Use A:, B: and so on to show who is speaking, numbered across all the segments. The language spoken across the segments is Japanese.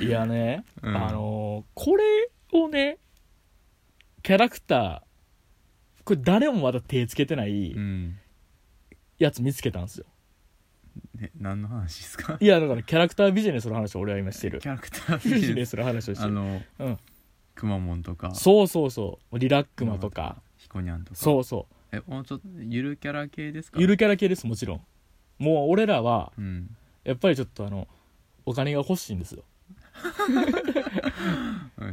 A: いやね、
B: うん
A: あのーこれをねキャラクターこれ誰もまだ手つけてない
B: うん
A: やつ見つけたんですよ
B: ね何の話ですか
A: いやだからキャラクタービジネスの話を俺は今して
B: キ
A: る
B: ャラクター
A: ビジネ
B: ス
A: スの話をして
B: あ
A: る
B: の
A: うん
B: くまモンとか
A: そうそうそうリラックマとか
B: ひこにゃんとか
A: そうそ
B: えもうちょっとゆるキャラ系ですか
A: うゆるキャラ系ですもちろんもう俺らは
B: うん
A: やっぱりちょっとあのお金が欲しいんですよ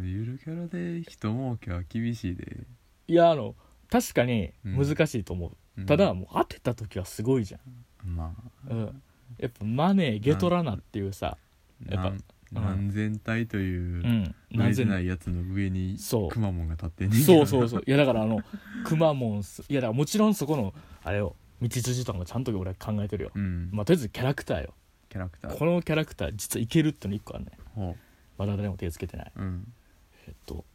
B: ゆるキャラで人儲けは厳しいで、
A: いやあの確かに
B: うん
A: 難しいと思う、
B: うん
A: ただもう当てた時はすごいじゃん
B: ま
A: うん、やっぱマネーゲトラナっていうさ、
B: あ
A: やっぱ、
B: なん何千体といううん慣
A: な
B: れ
A: ぜ
B: てないやつの上に
A: そう
B: くまモンが立ってんねんけど
A: そ
B: な
A: うそうそういやだからあのくまモンスいやだからもちろんそこのあれを道筋とかもちゃんと俺は考えてるよ、
B: うん
A: まあ、とりあえずキャラクターよ
B: キャラクター
A: このキャラクター実はいけるっての1個あるね
B: ほ
A: まだ誰も手つけてないう
B: うん
A: えっと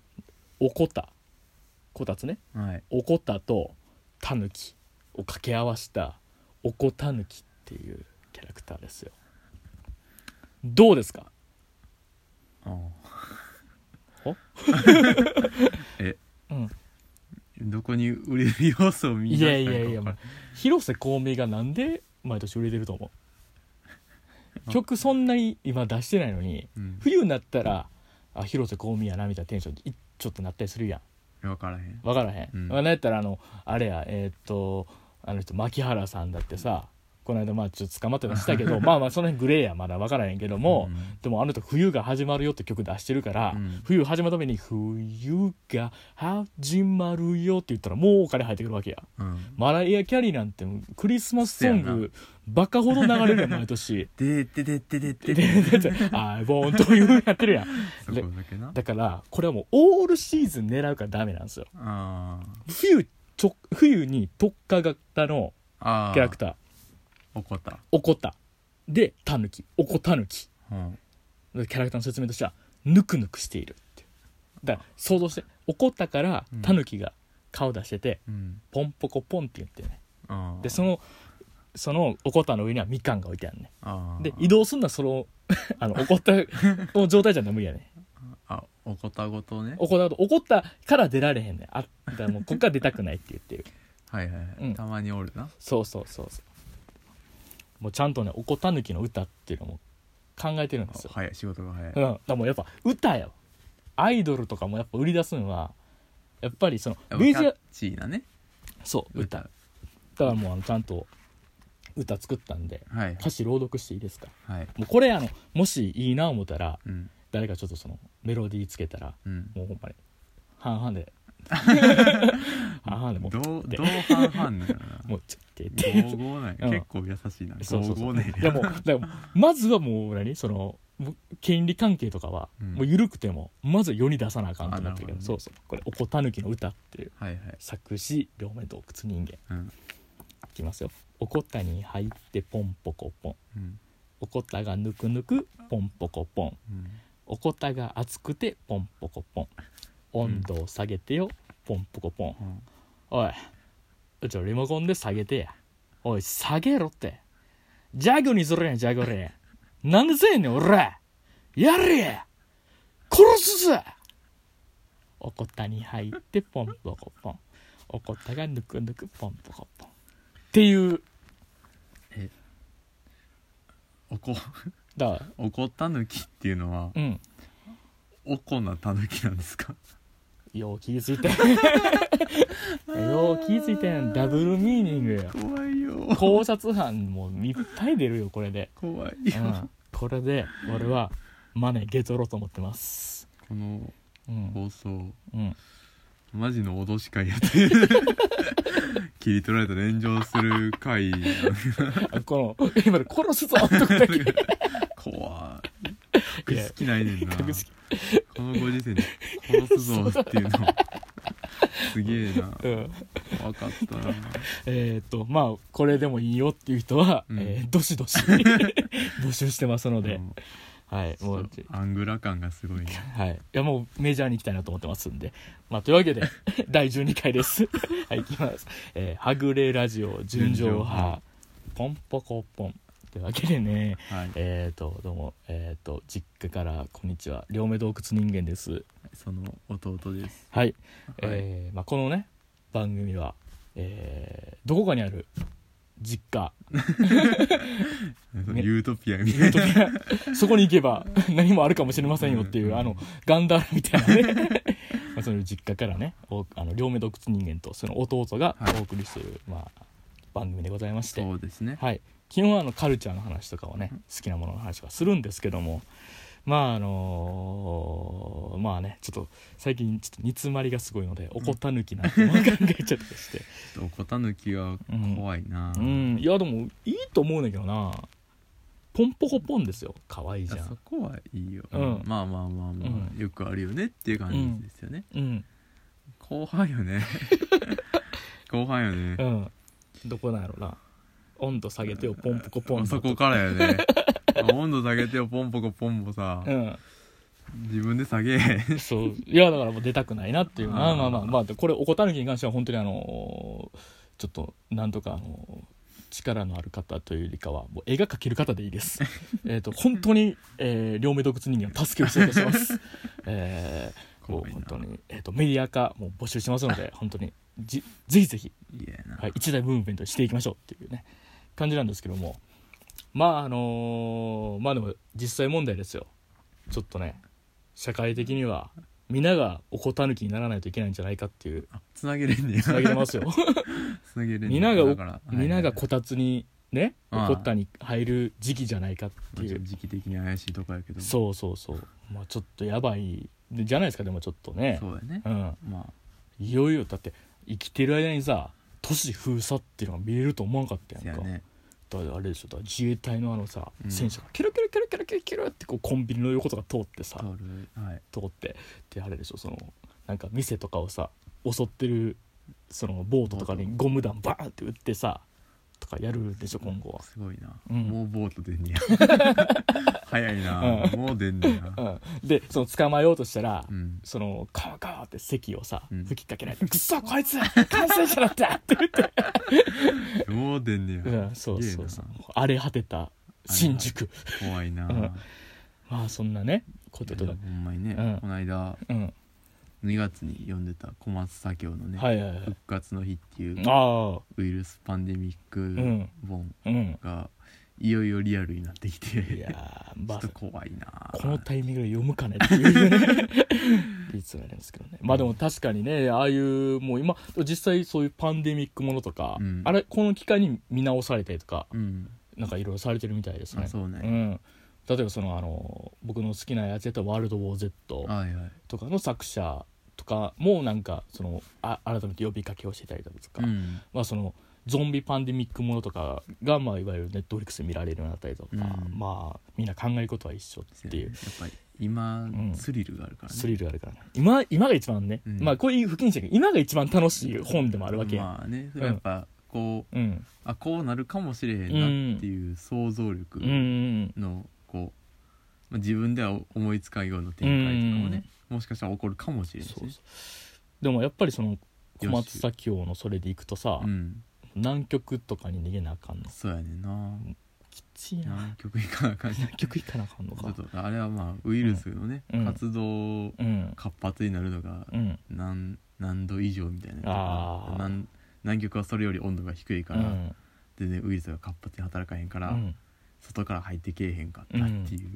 A: おこたこたつね
B: はい
A: おこたとたぬきを掛け合わせたおこたぬきっていうキャラクターですよどうですか
B: あ
A: お
B: え
A: うん
B: どこに売れる要素を見出
A: い
B: した
A: や
B: ん
A: い
B: か
A: やいや、
B: わ
A: も
B: か
A: う広瀬香美がなんで毎年売れてると思う 曲そんなに今出してないのに
B: らんうん
A: 冬になったらあ広瀬香美やなみたいなテンションでいちょっとなったりするやん
B: 分からへん
A: 分からへん、
B: うん
A: まあなんやったらあのあれやえーっとあの人牧原さんだってさこの間まあちょっと捕まってました けどまあまあその辺グレーやまだ分からへんけども、
B: うん
A: でもあの人「冬が始まるよ」って曲出してるから、
B: うん
A: 冬始まるために「冬が始まるよ」って言ったらもうお金入ってくるわけや
B: うん
A: マライア・キャリーなんてクリスマスソン
B: そうやな。
A: グバカほど流れるやん毎年
B: でででで
A: で
B: でで
A: で
B: で
A: でであーボーンというやってるやん
B: そこだけな
A: だからこれはもうオールシーズン狙うからダメなんですよ
B: あ
A: 冬ちょ冬に特化型の
B: ーあ
A: キャラクター
B: ー怒った
A: おこたでタヌキおこたぬき
B: うん
A: キャラクターの説明としてはぬくぬくしているってだから想像しておこたから
B: うん
A: タヌキが顔出してて、
B: うん
A: ポンポコポンって言ってね
B: あー
A: でそのそのおこたの上にはみかんが置いてあるね
B: あー
A: で移動すんのはその あの怒っ たの状態じゃ無理やね
B: あおこたごとね
A: 怒った怒ったから出られへんねんあだからもうこっから出たくないって言ってる
B: はいはいはい、
A: うん
B: たまにおるな
A: そうそうそうそうもうちゃんとね怒ったぬきの歌っていうのも考えてるんですよ、
B: 早い仕事が早い、
A: うん、だからもうやっぱ歌よアイドルとかもやっぱ売り出すのはやっぱりその
B: やっぱキ
A: VJ
B: ャッチーなね
A: そう歌だからもうあのちゃんと歌作ったんで
B: はい
A: 歌詞朗読していいですか
B: はい
A: もうこれあのもしいいな思ったら
B: うん
A: 誰かちょっとそのメロディーつけたら
B: うん
A: もうほんまに半々 で半々でもう
B: どう
A: で
B: どう半々だからな
A: もうちょってって
B: 55なんや、
A: うん
B: 結構優しい な
A: そうそう
B: 55
A: そう
B: ね
A: いやもうだからまずはもう何そのもう権利関係とかは
B: うん
A: もう緩くてもまずは世に出さなあかんと思ってるけど
B: あなるほどね
A: そうそうこれ「おこたぬきの歌」っていう
B: はいはい
A: 作詞「両面洞窟人間
B: うん」
A: いきますよ「おこたに入ってポンポコポン」
B: うん
A: 「おこたがぬくぬくポンポコポン」
B: うん
A: おこたが熱くてポンポコポン温度を下げてよ、ポンポコポン
B: うん
A: おいちょリモコンで下げてやおい下げろってジャグにするやんジャグリなんでせえんねんおらやれや殺すぞおこたに入ってポンポコポンおこたがぬくぬくポンポコポンっていう
B: おこ
A: だから
B: おこたぬきっていうのは
A: うん
B: おこなたぬきなんですか
A: よう気づいて よう気づいてんダブルミーニングよ
B: 怖いよ
A: 考察班もいっぱい出るよこれで、
B: 怖いよ、
A: うん、これで俺はマネーゲトろうと思ってます
B: この
A: うん、
B: 放送
A: うん、
B: マジの脅し会やっ てる切り取られたら炎上する会
A: あこの今で殺すぞとかだけ
B: 怖
A: い
B: い
A: や
B: 好きないねんな
A: 隠す
B: このご時世に殺すぞっていうのすげえな
A: うん、
B: 怖かったな
A: えーっとまあこれでもいいよっていう人は、
B: うん
A: えーどしどし 募集してますので、
B: うん
A: はいもう
B: そうアングラ感がすごいね
A: はい、いやもうメジャーに行きたいなと思ってますんで、まあ、というわけ で第12回ですはい行きます、えーはぐれラジオ純情
B: 純情
A: 派
B: 派
A: ポンポコポンというわけでね
B: はい
A: えー、とどうもえー、と実家からこんにちは両目洞窟人間です
B: その弟です
A: はい、
B: はい
A: えーまあ、このね番組は、えーどこかにある実家
B: なんか
A: ね
B: ユートピアみたいな
A: そこに行け ば何もあるかもしれませんよっていううんあのガンダーラみたいなね まあその実家からねおあの両目洞窟人間とその弟が
B: はい
A: お送りする、まあ、番組でございまして、
B: そうですね
A: はい、基本はあのカルチャーの話とかはね好きなものの話とかするんですけどもまああのーまあねちょっと最近ちょっと煮詰まりがすごいのでおこたぬきなんてものを考えちゃったり して
B: ちょっとおこたぬきは怖いな、
A: うんいやでもいいと思うんだけどなポンポコポンですよ可愛い
B: い
A: じ
B: や
A: ゃん
B: そこはいいよ、
A: うん
B: まあまあまあまあ、
A: うん
B: よくあるよねっていう感じですよね、
A: うん
B: 後半よ ね後半よね
A: う、んどこなんやろな温度下げてよポンポコポン
B: あ
A: だと
B: そこから よね温度下げてよポンポコポンポさ、
A: うん
B: 自分で下げ
A: そういやだからもう出たくないなっていうま
B: あ
A: あ
B: ー
A: まあまあまあでこれおこたぬきに関しては本当にあのーちょっとなんとかあのー力のある方というよりかはもう絵が描ける方でいいです えっと本当に、えー両目洞窟人間を助けをしていたし ますえー、もう本当に、えー、とメディア化もう募集してますので本当にじぜひぜひ、
B: いやな、
A: はい、一大ムーブメントにしていきましょうっていうね感じなんですけどもまああのーまあでも実際問題ですよちょっとね社会的には皆がおこたぬきにならないといけないんじゃないかっていう
B: あつなげれんねや
A: つなげてますよ
B: つなげれんねや
A: 皆がお
B: だからはい
A: 皆がこたつにね
B: ああ
A: おこったに入る時期じゃないかって
B: まあち
A: い
B: ょっ
A: う
B: と時期的に怪しいとこやけどう
A: そうそうそうまあちょっとやばいじゃないですかでもちょっとね
B: そうやね、
A: うん
B: ま
A: いよいよだって生きてる間にさ都市封鎖っていうのが見れると思わんかった
B: あ
A: やん
B: せ
A: か
B: やね
A: だからあれでしょだから自衛隊のあのさ、
B: うん
A: 戦車がキュルキュルキュルキュルキュルキュルってこうコンビニの横とか通ってさ
B: 通るはい
A: 通ってであれでしょそのなんか店とかをさ襲ってるそのボートとかにゴム弾バーンって撃ってさとかやるでしょ今後
B: すごいな、
A: うん
B: もうボート出ん ねや早いな、
A: う
B: もう出んねや
A: は、うん、でその捕まえようとしたら、
B: うん
A: そのカーカーって席をさ、
B: うん
A: 吹きかけられて「くっそこいつ感染者だった!」って言って、
B: もう出んねや、
A: うん、そうそう
B: す
A: そう
B: げえ
A: 荒れ果てた新宿
B: な怖いな、
A: うんまあそんなねことと
B: いや
A: か
B: でもほんまにね、
A: うん
B: この間
A: うん
B: 2月に読んでた小松左京のね、
A: はいはいはい
B: 復活の日っていう
A: ああ
B: ウイルスパンデミック
A: ん
B: 本
A: うん
B: がいよいよリアルになってきて
A: いやー
B: ちょ
A: ま
B: っ
A: あ
B: と怖いな
A: このタイミングで読むかねっていう ねいつもあるんですけどねまあでも確かにねああいうもう今実際そういうパンデミックものとか、
B: うん
A: あれこの機会に見直されたりとか
B: うん
A: なんかいろいろされてるみたいですね
B: あそうね
A: ん例えばそのあの僕の好きなやつやったら「ワールド・ウォー・ Z」
B: はいはい
A: とかの作者とかもなんかそのあ改めて呼びかけをしてたりだとか、
B: うん
A: まあ、そのゾンビパンデミックものとかが、まあ、いわゆるネットフリックスで見られるようになったりとか、
B: うん
A: まあみんな考えることは一緒っていう
B: やっぱり今、
A: ん
B: スリルがあるからね
A: スリルがあるからね今今が一番ね、
B: うん
A: まあこういう不謹慎だけど今が一番楽しい本でもあるわけやん、
B: まあねそれやっぱこう、
A: うん
B: あこうなるかもしれへんなっていう想像力
A: うんうん
B: のこう、まあ、自分では思いつかんような展開とかもね、もしかしたら起こるかもしれないし
A: そう
B: ね
A: そうでもやっぱりその小松左京のそれでいくとさ、
B: うん
A: 南極とかに逃げなあかんの
B: そうやねんな
A: きついな
B: 南極行かなあかんね
A: 南極行かなあかんの
B: ちょ
A: か
B: っとあれはまあウイルスのね、
A: うん
B: 活動
A: うん
B: 活発になるのが
A: うん
B: 何何度以上みたいな
A: あー
B: 南南極はそれより温度が低いから、
A: うん
B: 全然ウイルスが活発に働かへんから、
A: うん
B: 外から入ってけえへんかったっていう、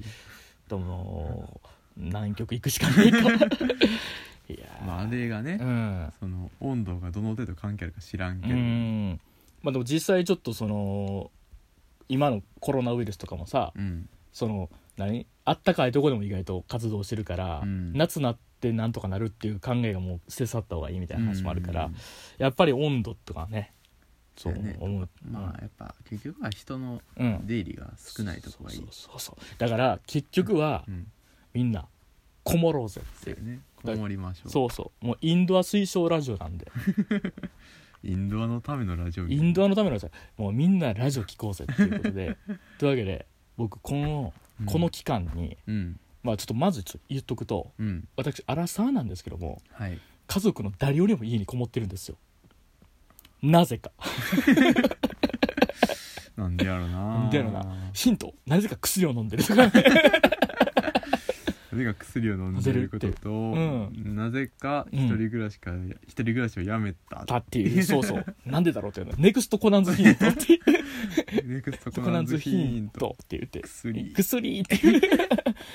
A: でも南極行くしかない かいやー
B: まああれがね、
A: うん
B: その温度がどの程度関係あるか知らんけ
A: う
B: ど、
A: んまあでも実際ちょっとその今のコロナウイルスとかもさ
B: うん
A: その何あったかいとこでも意外と活動してるから、
B: うん
A: 夏なってなんとかなるっていう考えがもう捨て去った方がいいみたいな話もあるから、
B: うん
A: やっぱり温度とかねそう
B: そうやね
A: 思う、
B: まあやっぱ結局は人の
A: うん、
B: 出入りが少ないとこがいい、
A: そうそうそうそうだから結局は
B: うん
A: みんなこもろうぜってい
B: そ
A: うう
B: やねこもりましょう
A: そうそうもうインドア推奨ラジオなんで
B: インドアのためのラジオ
A: インドアのためのさもうみんなラジオ聞こうぜっていうこと でというわけで僕この
B: うん
A: この期間に、
B: うん
A: まあちょっとまずちょっと言っとくと
B: うん
A: 私アラサーなんですけども
B: はい
A: 家族の誰よりも家にこもってるんですよなぜか
B: なんでやろな
A: なんでやろなヒントなぜか薬を飲んでると か
B: なぜか薬を飲んでることと、
A: ん
B: なぜか一人暮らしか、一人暮らしをやめた
A: だっていうそうそうなんでだろうっていうのネクストコナンズヒントって
B: ネクストコ
A: コ
B: ナ
A: ナン
B: ンズ
A: ズ
B: ヒ
A: ヒン
B: ント
A: トって言って
B: 薬
A: 薬っていう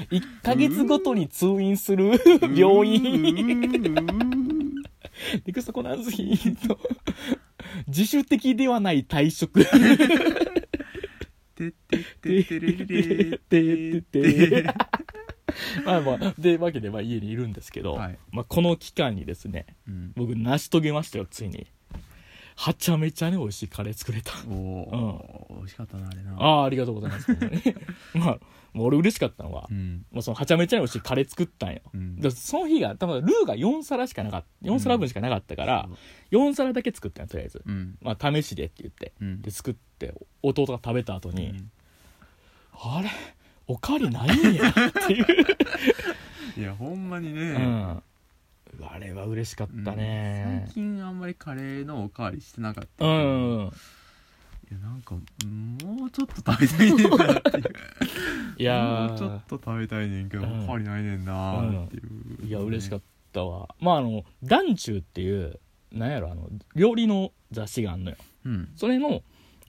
A: 1 ヶ月ごとに通院する病院
B: 院
A: ネクストコナンズヒント 自主的ではない退職
B: てってってってれれ
A: て
B: れて
A: って
B: って
A: てまあまあでわけでまあ家にいるんですけど、
B: はい
A: まあ、この期間にですね
B: うん
A: 僕成し遂げましたよついにはちゃめちゃね美味しいカレー作れた
B: おおー美味しかったなあれな
A: ああありがとうございます、 まあもう俺嬉しかったのは、
B: うん
A: もうそのはちゃめちゃに美味しいカレー作ったんよ
B: うん
A: でその日が多分ルーが4皿しかなかった4皿分しかなかったから、4皿だけ作ったのとりあえず、
B: うん
A: まあ試しでって言って
B: うん
A: で作って弟が食べた後
B: う
A: に、
B: ん
A: あれおかわりないんやっていう、
B: いやほんまに
A: う
B: ね、
A: ん、あれは嬉しかった
B: うん
A: ね
B: 最近あんまりカレーのおかわりしてなかったけ
A: う
B: ど
A: ん、
B: いやなんかもうちょっと食べたいねん なっていう
A: いや
B: もうちょっ
A: ー
B: と食べたいねんけど、
A: うん
B: 変わりないねんなーっていう、
A: いや嬉しか
B: っ
A: ったわまああの「団中」っていうなんやろあの料理の雑誌があんのよ
B: たうん
A: それの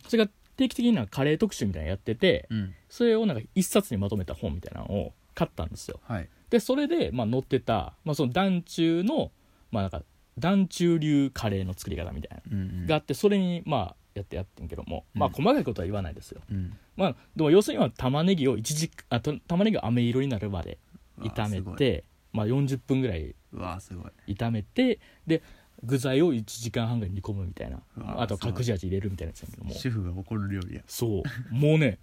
A: それが定期的になんかカレー特集みたいなのやってて
B: うん
A: それをなんか一冊にまとめた本みたいなのを買ったんですよ
B: はい
A: でそれで、まあ、載ってた、まあ、その団中の、まあ、なんか団中流カレーの作り方みたいな
B: うんうん
A: があってそれにまあやってやってんけども、まあ
B: うん
A: 細かいことは言わないですよ、
B: うん
A: まあ、でも要するには玉ねぎを一時あと玉ねぎが飴色になるまで
B: うわ
A: 炒め
B: すごい
A: て、まあ、40分ぐらいう
B: わすごい
A: 炒めてで具材を1時間半ぐらい煮込むみたいな
B: うわ
A: あと
B: すごい
A: 隠し味入れるみたいなやつやけども
B: 主婦が怒る料理や
A: そうもうね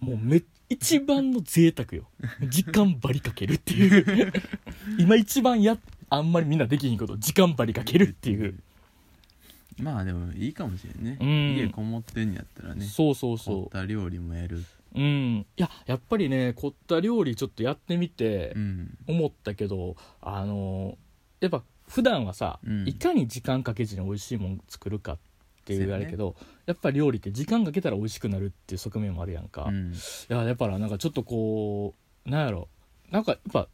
A: もうめ一番の贅沢よ時間ばりかけるっていう 今一番やあんまりみんなできひんこと時間ばりかけるっていう、
B: まあでもいいかもしれんね、
A: うん
B: 家こもってんやったらね
A: そうそう
B: 凝
A: そ
B: った料理もやる
A: ううんいややっぱりね凝った料理ちょっとやってみて
B: うん
A: 思ったけど、あのやっぱ普段はさ、
B: うん
A: いかに時間かけずに美味しいもん作るかっていうあれやけど、やっぱり料理って時間かけたら美味しくなるっていう側面もあるやんか、
B: うん
A: いやだからなんかちょっとこうなんやろなんかやっぱ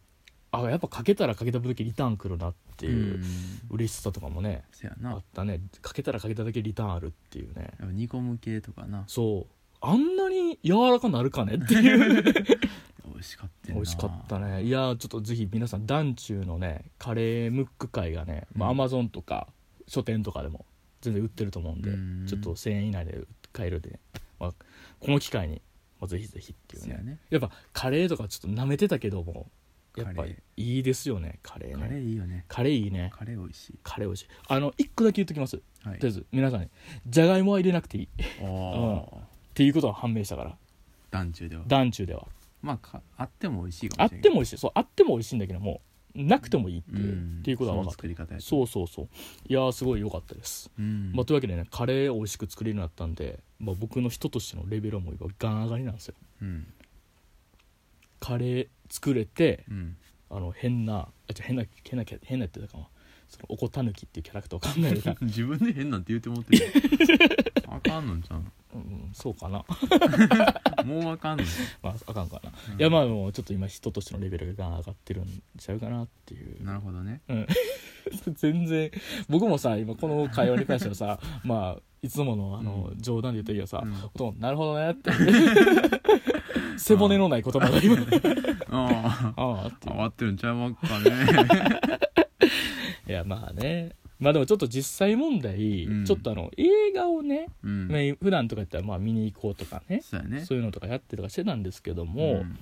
A: あやっぱかけたらかけた分だけリターンくるなっていう、
B: ん
A: 嬉しさとかもね
B: せやな
A: あ
B: やっ
A: ったねかけたらかけただけリターンあるっていうね
B: ぱ煮込む系とかな
A: そうあんなに柔らかなるかねっていう
B: 美味しかった
A: 美
B: な
A: 味しかったねいやちょっとぜひ皆さん団中のねカレームック会がねまあ
B: う
A: ア
B: ん
A: マゾンとか書店とかでも全然売ってると思うんで
B: うん
A: ちょっと1000円以内で買えるんで、まあ、この機会に、まあ、ぜひぜひっていう
B: せや
A: ね
B: ね
A: やっぱカレーとかちょっと舐めてたけどもやっぱい
B: カレ
A: いですよねカレー
B: カレ
A: ね
B: ーいいよね
A: カレーいいね
B: カレー美味しい
A: カレー美味しいあの一個だけ言っときますと
B: はい
A: りあえず皆さんにじゃがいもは入れなくていいっ
B: ああ
A: ていうことが判明したから
B: 団中では
A: 団中では
B: まあかあっても美味しいか
A: あ
B: も
A: っ
B: しれん
A: ても美味しいそうあっても美味しいんだけどもなくてもいいっていう,、っていうことは分かった
B: その作り方やと
A: そうそうそういやーすごい良かったです、
B: うん
A: まあ、というわけでねカレー美味しく作れるようになったんで、まあ、僕の人としてのレベルはもう今ガン上がりなんですよ
B: うん
A: カレー作れて
B: うん、
A: あの変なあじゃ変な変なキャ変なって言ったかなそのおこたぬきっていうキャラクターを考えた
B: 自分で変なんて言うて思って るあかんのんちゃう
A: うん、そうかな
B: もうあかんのん
A: まああかんかな、
B: うん
A: いやまあもうちょっと今人としてのレベルが上がってるんちゃうかなっていう
B: なるほどね
A: 全然僕もさ今この会話に関してはさ まあいつものあの、
B: う
A: 冗談で言ったけどさ、
B: うん
A: お父さんなるほどねって 背骨のない言葉が今
B: ああ
A: ああ っていう
B: 変わってるんちゃいまっ かね
A: いやまあねまあでもちょっと実際問題、
B: うん
A: ちょっとあの映画をね、
B: うん
A: まあ普段とかやったらまあ見に行こうとかね
B: そうやね
A: そういうのとかやってとかしてたんですけども、
B: ん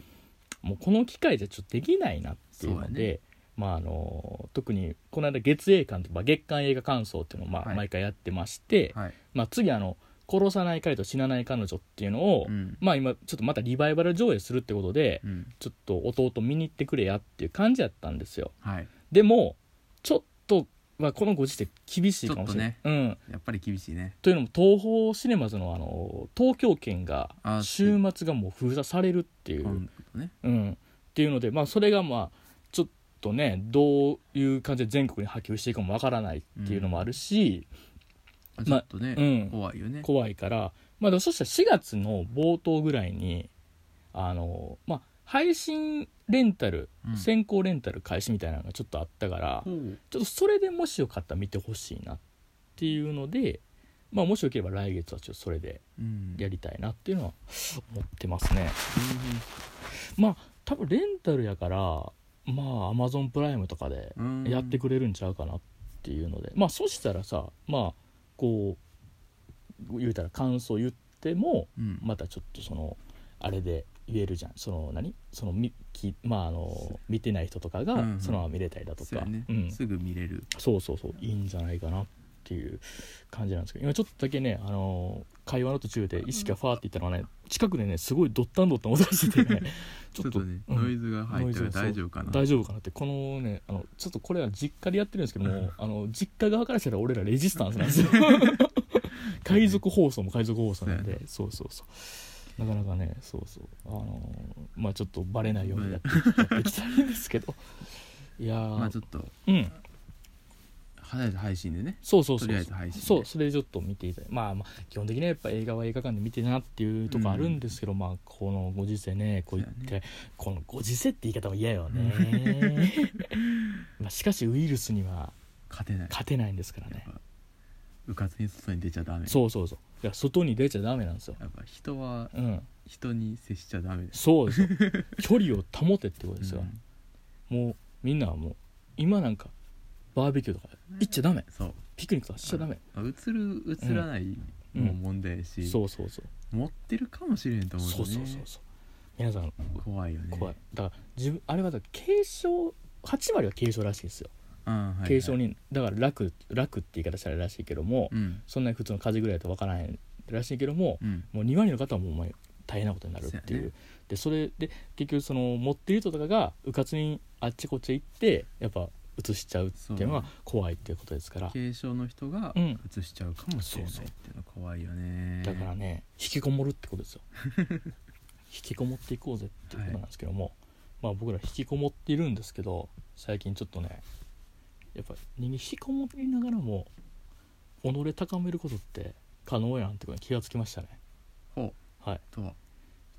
A: もうこの機会じゃちょっとできないなっていうの
B: そうや
A: でまああの特にこの間月映館とか月間映画感想っていうのをま
B: は
A: あ
B: い
A: 毎回やってまして、
B: はい
A: まあ、次あの「殺さない彼と死なない彼女」っていうのを、
B: うん
A: まあ今ちょっとまたリバイバル上映するってことで、
B: うん
A: ちょっと弟見に行ってくれやっていう感じやったんですよ
B: はい
A: でもちょっと、まあ、このご時世厳しいかもしれない、
B: ち
A: うん、
B: やっぱり厳しいね
A: というのも東宝シネマズのあの東京圏が
B: あ
A: 週末がもう封鎖されるっていう、
B: 今度ね
A: うん、っていうので、まあ、それがまあちょっとねどういう感じで全国に波及していくかもわからないっていうのもあるし、
B: ちょっと
A: う
B: ね
A: ん
B: 怖いよね
A: 怖いからまあでもそしたら4月の冒頭ぐらいに、あの、まあ、配信レンタル、
B: うん
A: 先行レンタル開始みたいなのがちょっとあったから、
B: ほう
A: ちょっとそれでもしよかったら見てほしいなっていうので、まあもしよければ来月はちょっとそれで
B: うん
A: やりたいなっていうのは思ってますね。
B: う
A: まあ多分レンタルやから、まあアマゾンプライムとかで
B: んうん
A: やってくれるんちゃうかなっていうので、まあそしたらさ、まあこう、言うたら感想言っても、
B: うん
A: またちょっとそのあれで言えるじゃんその何そのみきまああの見てない人とかが
B: うんうん
A: そのまま見れたりだと
B: そう
A: か、
B: やね
A: うん
B: すぐ見れる
A: そうそうそういいんじゃないかなっていう感じなんですけど今ちょっとだけねあの会話の途中で意識がファーっていったのはね近くでねすごいドッタンドッタン音がして てねち
B: ち
A: ょ
B: ょ
A: っ
B: っ
A: と
B: とね
A: うん
B: ノイズが入
A: ノイ
B: ったら
A: ズが
B: 大丈夫かな
A: 大丈夫かなってこのねあのちょっとこれは実家でやってるんですけども、あの実家側からしたら俺らレジスタンスなんですよ 海賊放送も海賊放送なんで、そうそうそうなかなかねそうそうあのーまあちょっとバレないようにやってやっていきたいんですけどいやー、
B: まあちょっと
A: うん
B: 早い配信でね
A: そうそうそう
B: とりあえず配信で
A: そうそれでちょっと見ていただいまあまあ基本的にはやっぱ映画は映画館で見てなっていうとこあるんですけど、まあこのご時世ねこう言っ
B: そ
A: て、このご時世って言い方も嫌よ ねまあしかしウイルスには
B: 勝てない
A: 勝てないんですからね
B: やっぱうかつに外に出ちゃダメ
A: そうそうそういや外に出ちゃダメなんですよ
B: やっぱ人は
A: うん
B: 人に接しちゃダメです
A: そう ですよ距離を保てってことですよ、
B: うん
A: もうみんなはもう今なんかバーベキューとか行っちゃダメ
B: そう
A: ピクニックとかしちゃダメ、
B: あ映る映らない
A: うん
B: も問題やし、
A: そうそうそう
B: 持ってるかもしれんと思う
A: そう
B: と
A: そうそう
B: ね
A: そう皆さん
B: 怖いよね
A: 怖いだから自分あれはだから軽症8割は軽症らしいんですよ、
B: うんはいはい
A: 軽症にだから楽楽って言い方したららしいけども、
B: うん
A: そんなに普通の風邪ぐらいだとわからないらしいけども、
B: うん
A: もう2割の方はもうお前大変なことになるっていう
B: そうやね
A: でそれで結局その持っている人とかがうかつにあっちこっち行ってやっぱうつしちゃうっていうのが怖いっていうことですから
B: 軽症の人が
A: うん
B: 移しちゃうかもしれないっ
A: そうそう
B: ていうの怖いよね
A: だからね引きこもるってことです よ引きこもっていこうぜっていうことなんですけども、まあ僕ら引きこもっているんですけど最近ちょっとねやっぱ人間引きこもりながらも己高めることって可能やんってことに気がつきましたね
B: ほ
A: はいう
B: とは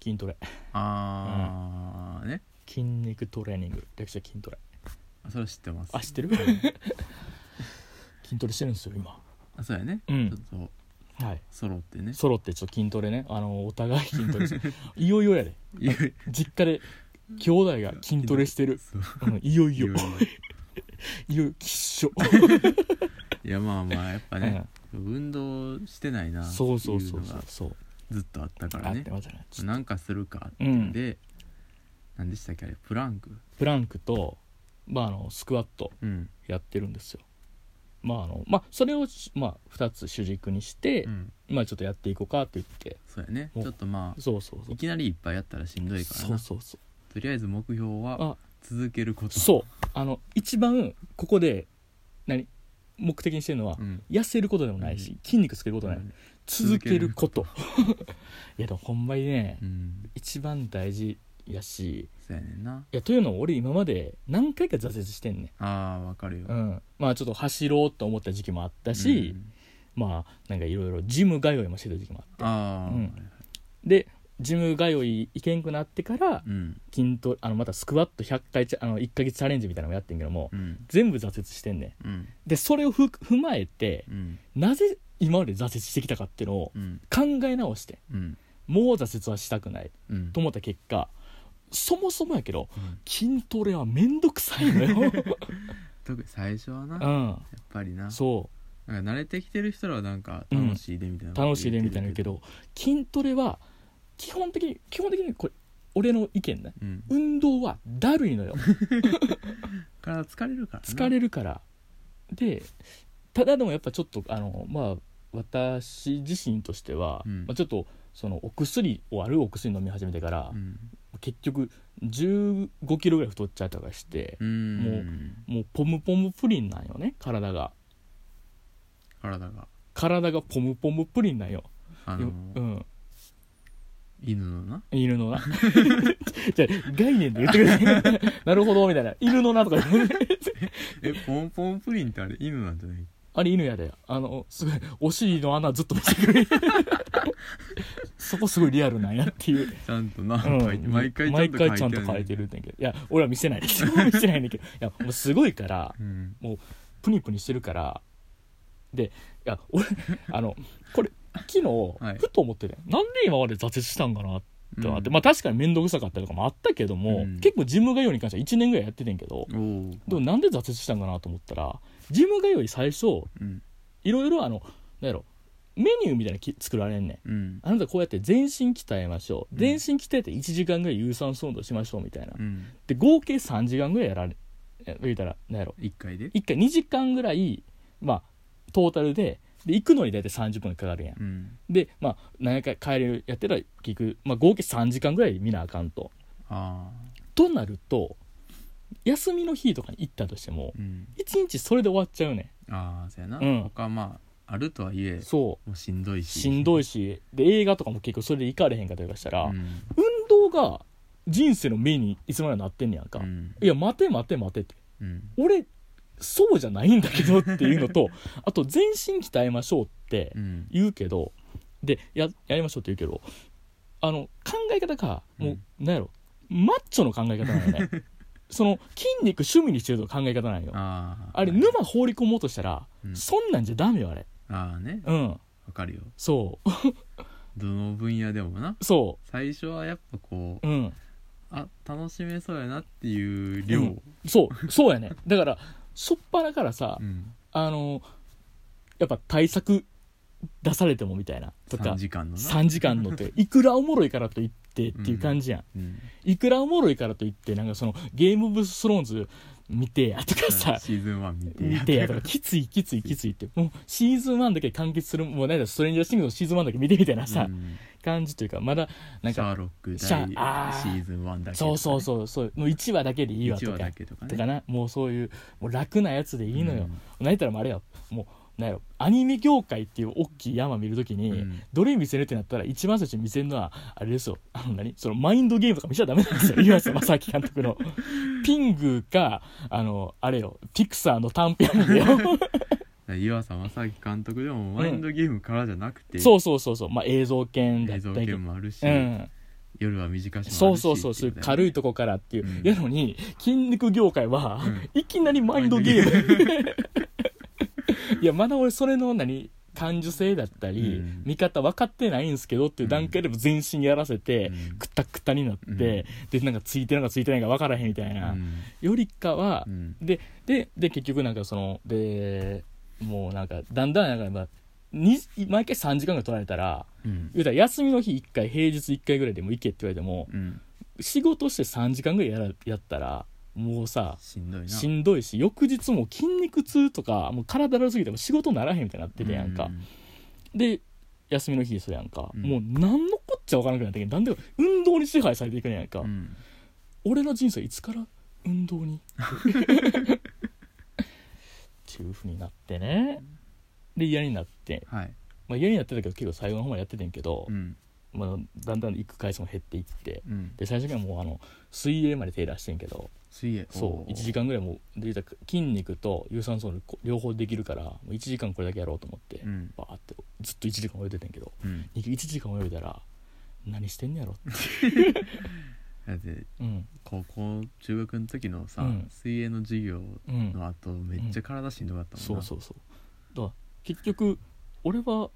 A: 筋トレ
B: あーね
A: 筋肉トレーニング略して筋トレ
B: あそれは知ってます
A: あ知ってる 筋トレしてるんですよ今
B: あそうやね
A: う
B: ち
A: ん
B: ょっと
A: はい
B: 揃ってね
A: ソロってちょっと筋トレねあのお互い筋トレしてるいよいよやで
B: いやい
A: 実家で兄弟が筋トレして
B: や
A: る
B: そう
A: うんいよい
B: いや
A: よ
B: いや
A: いよいよきっしょ、
B: いやまあまあやっぱね運動してないな
A: う
B: っ
A: ん
B: て
A: そうそう
B: い
A: そうう
B: の
A: そう
B: が
A: そう
B: ずっとあったか
A: あ
B: ら
A: っ
B: ね
A: てましたねちょっと
B: なんかするかって
A: うん
B: で何でしたっけあれプランク
A: プランクと、まあ、あのスクワット
B: うん
A: やってるんですよまああのまあそれをし、まあ、2つ主軸にして、
B: うん
A: まあちょっとやっていこうかって言って
B: そうやね
A: お
B: ちょっとまあ
A: そうそうそ
B: いうきなりいっぱいやったらしんどいから
A: そう
B: な
A: そうそう
B: とりあえず目標は
A: あ
B: 続けること
A: そうあの一番ここで何目的にしてるのは、
B: うん
A: 痩せることでもないし、筋肉つけることでもない、続けること いやでもほんまにね、
B: うん
A: 一番大事やし
B: そうやねんない
A: やというのも俺今まで何回か挫折してんね
B: あーわかる
A: ん、
B: よ
A: うん、まあちょっと走ろうと思った時期もあったし、まあなんかいろいろジム通いもしてた時期もあ
B: うんああ
A: うんるでジム通い行けんくなってから
B: うん
A: 筋トレあのまたスクワット100回チャあの1ヶ月チャレンジみたいなのもやってんけども、
B: うん
A: 全部挫折してんね
B: うん
A: んでそれをふ踏まえて
B: うん
A: なぜ今まで挫折してきたかっていうのを
B: うん
A: 考え直して
B: うん
A: もう挫折はしたくない
B: うん
A: と思った結果そもそもやけど
B: うん
A: 筋トレはめんどくさいの よ、
B: 特に最初はな
A: う
B: やっ
A: ん、
B: ぱりな
A: そ
B: なんか慣れてきてる人らはなんか楽しいでみたいな
A: う
B: こと
A: 楽しいでみたいな言
B: 言っ
A: うけ
B: てる
A: ど筋トレは基本的に基本的にこれ俺の意見ね
B: うん
A: 運動はだるいのよ
B: 体疲れるからな
A: 疲れるからでただでもやっぱちょっとあのまあ私自身としては、
B: うん
A: まあ、ちょっとそのお薬を悪いお薬飲み始めてから、
B: うん
A: 結局1 5キロぐらい太っちゃったりとかして
B: う、ん
A: ももうポムポムプリンなんよね体が
B: 体が
A: 体がポムポムプリンなんよ、
B: あ
A: よ
B: の
A: うん
B: 犬のな
A: 犬のな。 じゃあ概念で言って くれ。なるほど、みたいな。犬のなとか言う
B: えポンポンプリンってあれ犬なんじゃない
A: あれ犬やであのすごいお尻の穴ずっと見せて くれるそこすごいリアルなんやっていう
B: ちゃんとな、
A: うん
B: 毎回
A: 毎回
B: ち
A: ち
B: ゃ
A: ゃ
B: ん
A: ん
B: と
A: と
B: 書
A: 書
B: い
A: い
B: て
A: てる
B: る
A: んだけどいや俺は見せないです 見せないんだけどいやもうすごいから
B: うん
A: もうプニプニしてるからでいや俺あのこれ昨日、
B: はい
A: ふと思ってねなんで今まで挫折したんかなってなって、
B: うん
A: まあ確かに面倒くさかったりとかもあったけども、
B: うん
A: 結構ジム通いに関しては1年ぐらいやっててんけど、
B: おお
A: でもなんで挫折したんかなと思ったらジム通い最初
B: うん
A: いろいろあのなんやろメニューみたいなのき作られんねん
B: うん
A: あなたこうやって全身鍛えましょう
B: うん
A: 全身鍛えて1時間ぐらい有酸素運動しましょうみたいな
B: うん
A: で合計3時間ぐらいやられえ言うたらなんやろ
B: 一回で
A: 1回2時間ぐらいまあトータルでで行くのに大体30分かかるやん
B: うん
A: でまあ何回帰るやってたら結局、まあ、合計3時間ぐらい見なあかんと
B: あ
A: となると休みの日とかに行ったとしても
B: あうん
A: 1日それで終わっちゃうね
B: ああそうやな、
A: うん
B: 他まああるとはいえ
A: んそう
B: もうしんどいし
A: しんど
B: い
A: いしで映画とかも結構それで行かれへんかったりとかしたら、
B: うん
A: 運動が人生の目にいつまでもなってんねやんか、
B: うん
A: いや待て待て待てって
B: うん
A: 俺そうじゃないんだけどっていう のとあと全身鍛えましょうって
B: うん
A: 言うけどでややりましょうって言うけどあの考え方がもう、なんやろマッチョの考え方なんよね その筋肉趣味にしてると考え方なんよあ
B: ああ
A: れ沼放り込もうとしたら、
B: うん
A: そんなんじゃダメよあれ
B: ああね
A: うん
B: わかるよ
A: そ
B: どの分野でもな
A: う そ
B: 最初はやっぱこう
A: ううん
B: あ楽しめそうやなっていう量うん
A: そうそうやねだからしょっぱなからさ、
B: うん
A: あのやっぱ対策出されてもみたいなとか
B: 3時間のな
A: 3時間のっていくらおもろいからといってっていう感じやん、
B: うん
A: いくらおもろいからといってなんかそのゲームオブスローンズ見てやとかさ
B: シーズン1見て
A: 見てやとかきついきついきついってもうシーズン1だけ完結するもうなんだストレンジャーシングスのシーズン1だけ見てみたいなさ、
B: うん
A: 感じというかまだなん
B: シャ
A: か
B: ーロック
A: シャ
B: 第シ
A: あー
B: ーズン1だけ
A: そうそうそうそうもう1話だけでいいわ
B: 1
A: と
B: 話
A: か
B: だけとかね
A: とかなもうそういうもう楽なやつでいいのよ、
B: うん
A: 何やったらもうあれよもうなんやろアニメ業界っていう大きい山見るときに、
B: うん
A: どれ見せるってなったら一番最初に見せるのはあれですよあの何そのマインドゲームとか見ちゃダメなんですよ岩瀬正明監督 のピングかあのあれよピクサーの短編アニ メよ
B: 岩佐正明監督でもマインドゲームからじゃなくて、
A: そうそうそうそうまあ映像犬だ
B: 映
A: った
B: 像
A: り
B: 系もあるし、
A: うん、
B: 夜は短しもあるし
A: そうそうそうそういう軽いとこからっていう、
B: うん
A: やのに筋肉業界は、
B: うん
A: いきなりマインドゲーム
B: ム
A: いやまだ俺それの何感受性だったり、
B: うん
A: 見方分かってないんですけどっていう段階でも全身やらせて、
B: うん
A: くたくたになって、
B: うん
A: でなんかついてるのかついてないのか分からへんみたいな、よりかは、
B: うん
A: ででで結局なんかそのでもうなんかだんだんなんかまあに毎回3時間が取られたら
B: うん
A: 言うたら休みの日1回平日1回ぐらいでも行けって言われても
B: うん
A: 仕事して3時間ぐらいやらやったらもうさ
B: しんどいな
A: しんどいし翌日も筋肉痛とかもう体だるすぎても仕事ならへんみたいになっててやんか、で休みの日それやんか、
B: うん
A: もう何のこっちゃ分からなくなってきてなんで運動に支配されていくねやんか、
B: うんうん
A: 俺の人生いつから運動にっていうふうになってねで嫌になって、
B: はい、
A: まあ、嫌になってたけど結構最後の方までやっててんけど
B: う、ん
A: まあ、だんだん行く回数も減っていって
B: うん、
A: で最初にはもうあの水泳まで手出してんけど、
B: 水泳
A: そう1時間ぐらいもうでた筋肉と有酸素のこ両方できるからもう1時間これだけやろうと思って、
B: うん
A: バーってずっと1時間泳いでてんけど
B: うん
A: 1時間泳いだら何してんねやろって、
B: だって
A: うん
B: 高校中学の時のさ、
A: うん
B: 水泳の授業
A: うん、
B: の後めっちゃ体しんどかったもんな、
A: そうそうそうだから結局俺は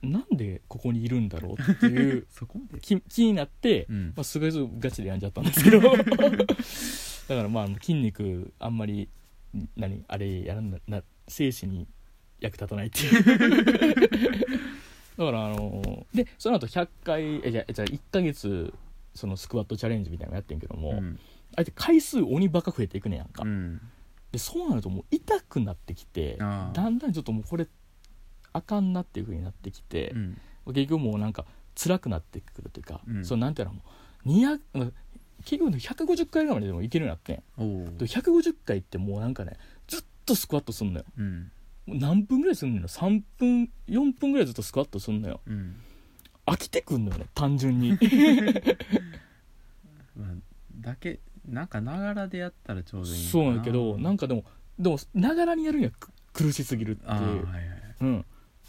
A: なんでここにいるんだろうっていう
B: そこまで
A: 気気になって、
B: うん
A: まあ、すごいすごいガチでやんじゃったんですけど だからまあ筋肉あんまり何あれやらんなな精子に役立たないっていうだからあのでその後100回えじゃあじゃあ1ヶ月そのスクワットチャレンジみたいなのやってんけども、
B: うん
A: あえて回数鬼バカ増えていくねやんか、
B: うん
A: でそうなるともう痛くなってきて
B: あ
A: だ
B: あ
A: んだんちょっともうこれあかんなっていう風になってきて
B: う、ん
A: 結局もうなんか辛くなってくるというか、
B: うん
A: そのなんていうのもう200うん結局ね150回ぐらいまででもいけるようになってん
B: おお
A: で150回ってもうなんかねずっとスクワットすんのよ
B: うん
A: もう何分ぐらいすんのよ3分4分ぐらいずっとスクワットすんのよ
B: うん
A: 飽きてくんのよね単純 に
B: まあ、だけなんかながらでやったらちょうどいい
A: そうなんやけどなん
B: か
A: かでもでもながらにやるにはく苦しすぎるって
B: ああ
A: いう、
B: はいはい
A: うん、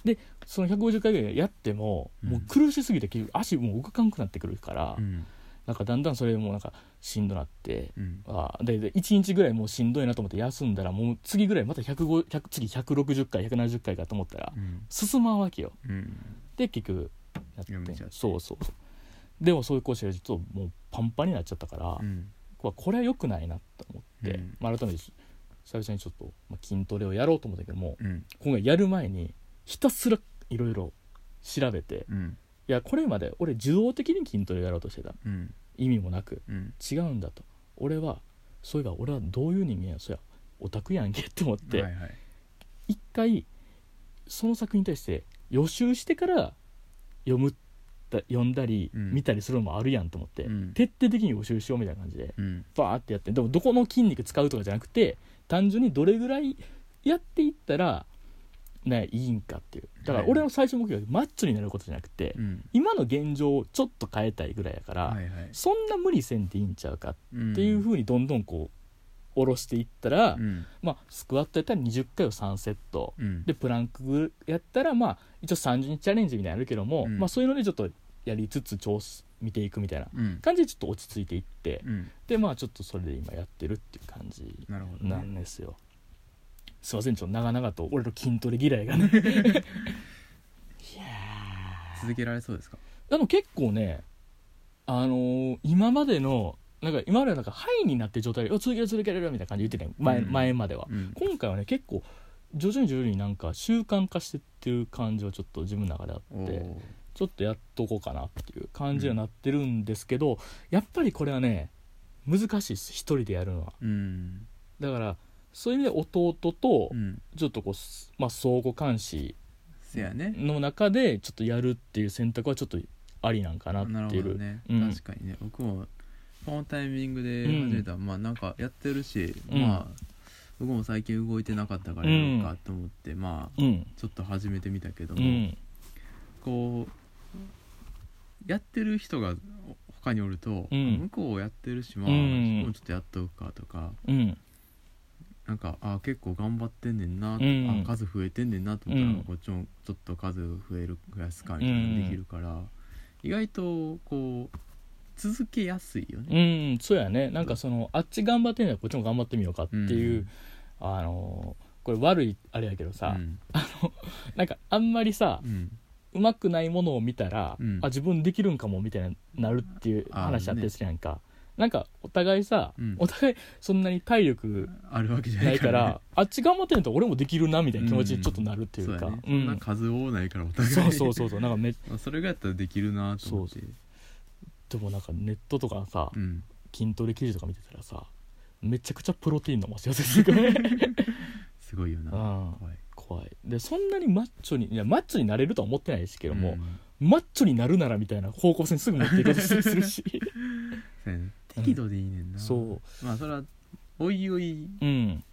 A: でその150回ぐらいやっても、
B: うん
A: もう苦しすぎて結局足もう動かんくなってくるから、
B: うん
A: なんかだんだんそれもなんかしんどなって、
B: うん
A: あーでで1日ぐらいもうしんどいなと思って休んだらもう次ぐらいまた105 100次160回170回かと思ったら
B: うん
A: 進まんわけよ
B: うん
A: で結局やって
B: やめちゃって
A: そうそうそうでもそういう講師が実はもうパンパンになっちゃったから、
B: うん
A: まあこれは良くないなと思って、
B: うん
A: まあ、改めて久々にちょっと、まあ、筋トレをやろうと思ったけども
B: うん
A: 今回やる前にひたすらいろいろ調べて
B: うん
A: いやこれまで俺受動的に筋トレをやろうとしてた
B: うん
A: 意味もなく
B: うん
A: 違うんだと俺はそういえば俺はどういう人間やそりゃオタクやんけって思って、
B: はいはい
A: 一回その作品に対して予習してから読むだ読んだり
B: うん
A: 見たりするのもあるやんと思って、
B: うん
A: 徹底的に予習しようみたいな感じで
B: うん
A: バーってやってでもどこの筋肉使うとかじゃなくて単純にどれぐらいやっていったら、ね、いいんかっていうだから
B: はい
A: 俺の最初の目標はマッチョになることじゃなくて、
B: うん
A: 今の現状をちょっと変えたいぐらいやから、
B: はいはい
A: そんな無理せんでいいんちゃうか
B: っ
A: っていうふうにどんどんこう下ろしていったら、
B: うん
A: まあ、スクワットやったら20回を3セット
B: うん
A: でプランクやったらまあ一応30日チャレンジみたいなのあるけども、
B: うん
A: まあ、そういうのでちょっとやりつつ調子見ていくみたいな
B: うん
A: 感じでちょっと落ち着いていって、
B: うん
A: でまあちょっとそれで今やってるっていう感じ
B: なるほど
A: な
B: ね
A: んですよ、すいませんちょっと長々と俺の筋トレ嫌いが ねいや
B: 続けられそうですか
A: ーでも結構ねあのー今までのなんか今まではなんかハイになってる状態でうん続ける続けるみたいな感じで言ってた前,、
B: うん
A: 前までは、
B: うん
A: 今回はね結構徐々に徐々になんか習慣化してっていう感じはちょっと自分の中であ
B: お
A: って
B: ー
A: ちょっとやっとこうかなっていう感じにはなってるんですけど、やっぱりこれはね難しいです一人でやるのは
B: うん
A: だからそういう意味で弟と
B: うん
A: ちょっとこう、すまあ、相互監視
B: せやね
A: の中でちょっとやるっていう選択はちょっとありなんかな
B: な
A: っ
B: る
A: てい
B: ほど
A: う、
B: ね
A: うん
B: 確かにね僕もこのタイミングで始めたらまあなんかやってるし
A: うん
B: まあ僕も最近動いてなかったからやろうかと思ってまあ
A: うん
B: ちょっと始めてみたけど
A: う
B: も
A: ん
B: こうやってる人が他におると
A: うん
B: 向こうやってるしま
A: う
B: あ僕
A: ん
B: もちょっとやっとくかとか
A: うん
B: なんかあ結構頑張ってんねんな、
A: うん
B: あ数増えてんねんなと思ったら、
A: うん
B: こっちもちょっと数増える増やすかみたいなのができるから、意外とこう続けやすいよね。
A: うんそうやねなんかそのあっち頑張ってんのこっちも頑張ってみようかっていう、あのーこれ悪いあれやけど
B: う
A: さ、
B: ん
A: なんかあんまりさ
B: うん
A: うまくないものを見たら、
B: うん
A: あ自分できるんかもみたいになるっていう話あったりするやんか、なんかお互いさ、
B: うん
A: お互いそんなに体力
B: あるわけじゃな
A: ない
B: いか、
A: かららあっち頑張ってんと俺もできるなみたいな気持ちにちょっとなるってい
B: そ
A: う
B: うや
A: か、
B: ね、
A: うん
B: そんな数多ないからお互い
A: そうそうそうそうなんかめ
B: まあそれがやったらできるなと思って
A: でもなんかネットとかさ
B: うん
A: 筋トレ記事とか見てたらさめちゃくちゃプロテイン飲ませようとするから ね
B: すごいよな
A: うん
B: 怖い
A: 怖いでそんなにマッチョにいやマッチョになれるとは思ってないですけ
B: で
A: ども、マッチョになるならみたいな方向性にすぐ持っていこうとする し
B: 適度でいいねんな、
A: そ
B: まあそれはおいおいう
A: うん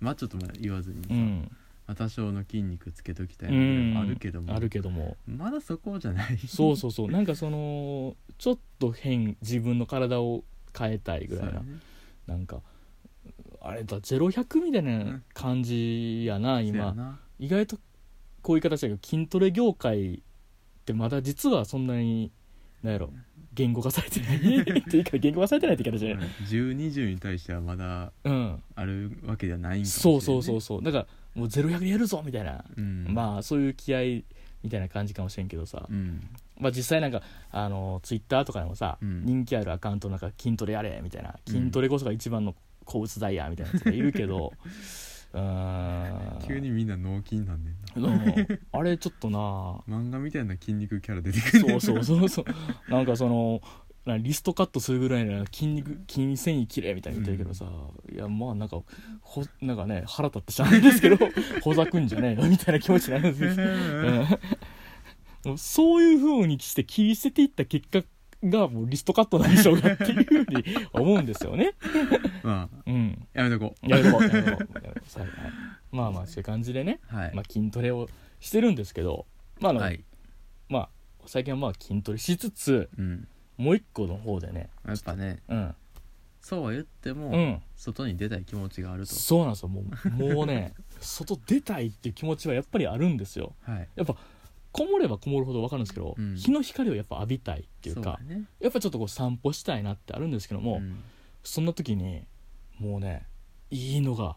B: マッチョとも言わずにさ、
A: うん
B: まあ多少の筋肉つけときたい
A: うん
B: なあるけども、
A: あるけども
B: まだそこじゃない
A: そうそうそうなんかそのちょっと変自分の体を変えたいぐらい
B: そう
A: な
B: やね
A: なんかあれだ0100みたいな感じやな
B: そうや
A: 今
B: な
A: 意外とこういう形だけど筋トレ業界ってまだ実はそんなになんやろ言語化されてないっていうか言語化されてないって言い方じゃない、
B: 1020に対してはまだ
A: うん、
B: あるわけではないんかもしれ
A: そ
B: な
A: う
B: い
A: そうそうそうだからもう0100でやるぞみたいな、
B: うん
A: まあそういう気合いみたいな感じかもしれんけどさ、
B: うん
A: まあ、実際なんかあのツイッターとかでもさ、
B: うん
A: 人気あるアカウントなんか筋トレやれみたいな
B: うん
A: 筋トレこそが一番の好物ダイヤみたいなやつがいるけ どうーん
B: 急にみんな脳筋なんねん
A: うんあれちょっとな
B: な漫画みたいな筋肉キャラ出て くる
A: そうそうそうそうなんかそのなリストカットするぐらいなら筋肉筋繊維きれいみたいに言ってるけどさ、いやまあなんかほなんかね腹立ってしゃあないんですけ どほざくんじゃねえよみたいな気持ちになるんですけどうんも うそういうふうにして切り捨てていった結果がもうリストカットなんでしょうかっていうふうに思うんですよね。
B: ま
A: うん。
B: あやめとこう
A: やめとこうやめとこうやめとこうさはいまあまあそういう感じでね、
B: はい、
A: まあ、筋トレをしてるんですけど、まああの
B: はい、
A: まあ最近はまあ筋トレしつつ
B: うん、
A: もう一個の方でね
B: やっぱね
A: うん
B: そうは言っても、
A: うん
B: 外に出たい気持ちがあると
A: そうなんですよもうもうね 外出たいっていう気持ちはやっぱりあるんですよ
B: はい
A: やっぱこもればこもるほど分かるんですけど、
B: うん
A: 日の光をやっぱ浴びたいっていう
B: そう
A: か
B: だね
A: やっぱちょっとこう散歩したいなってあるんですけども、
B: うん
A: そんな時にもうねいいのが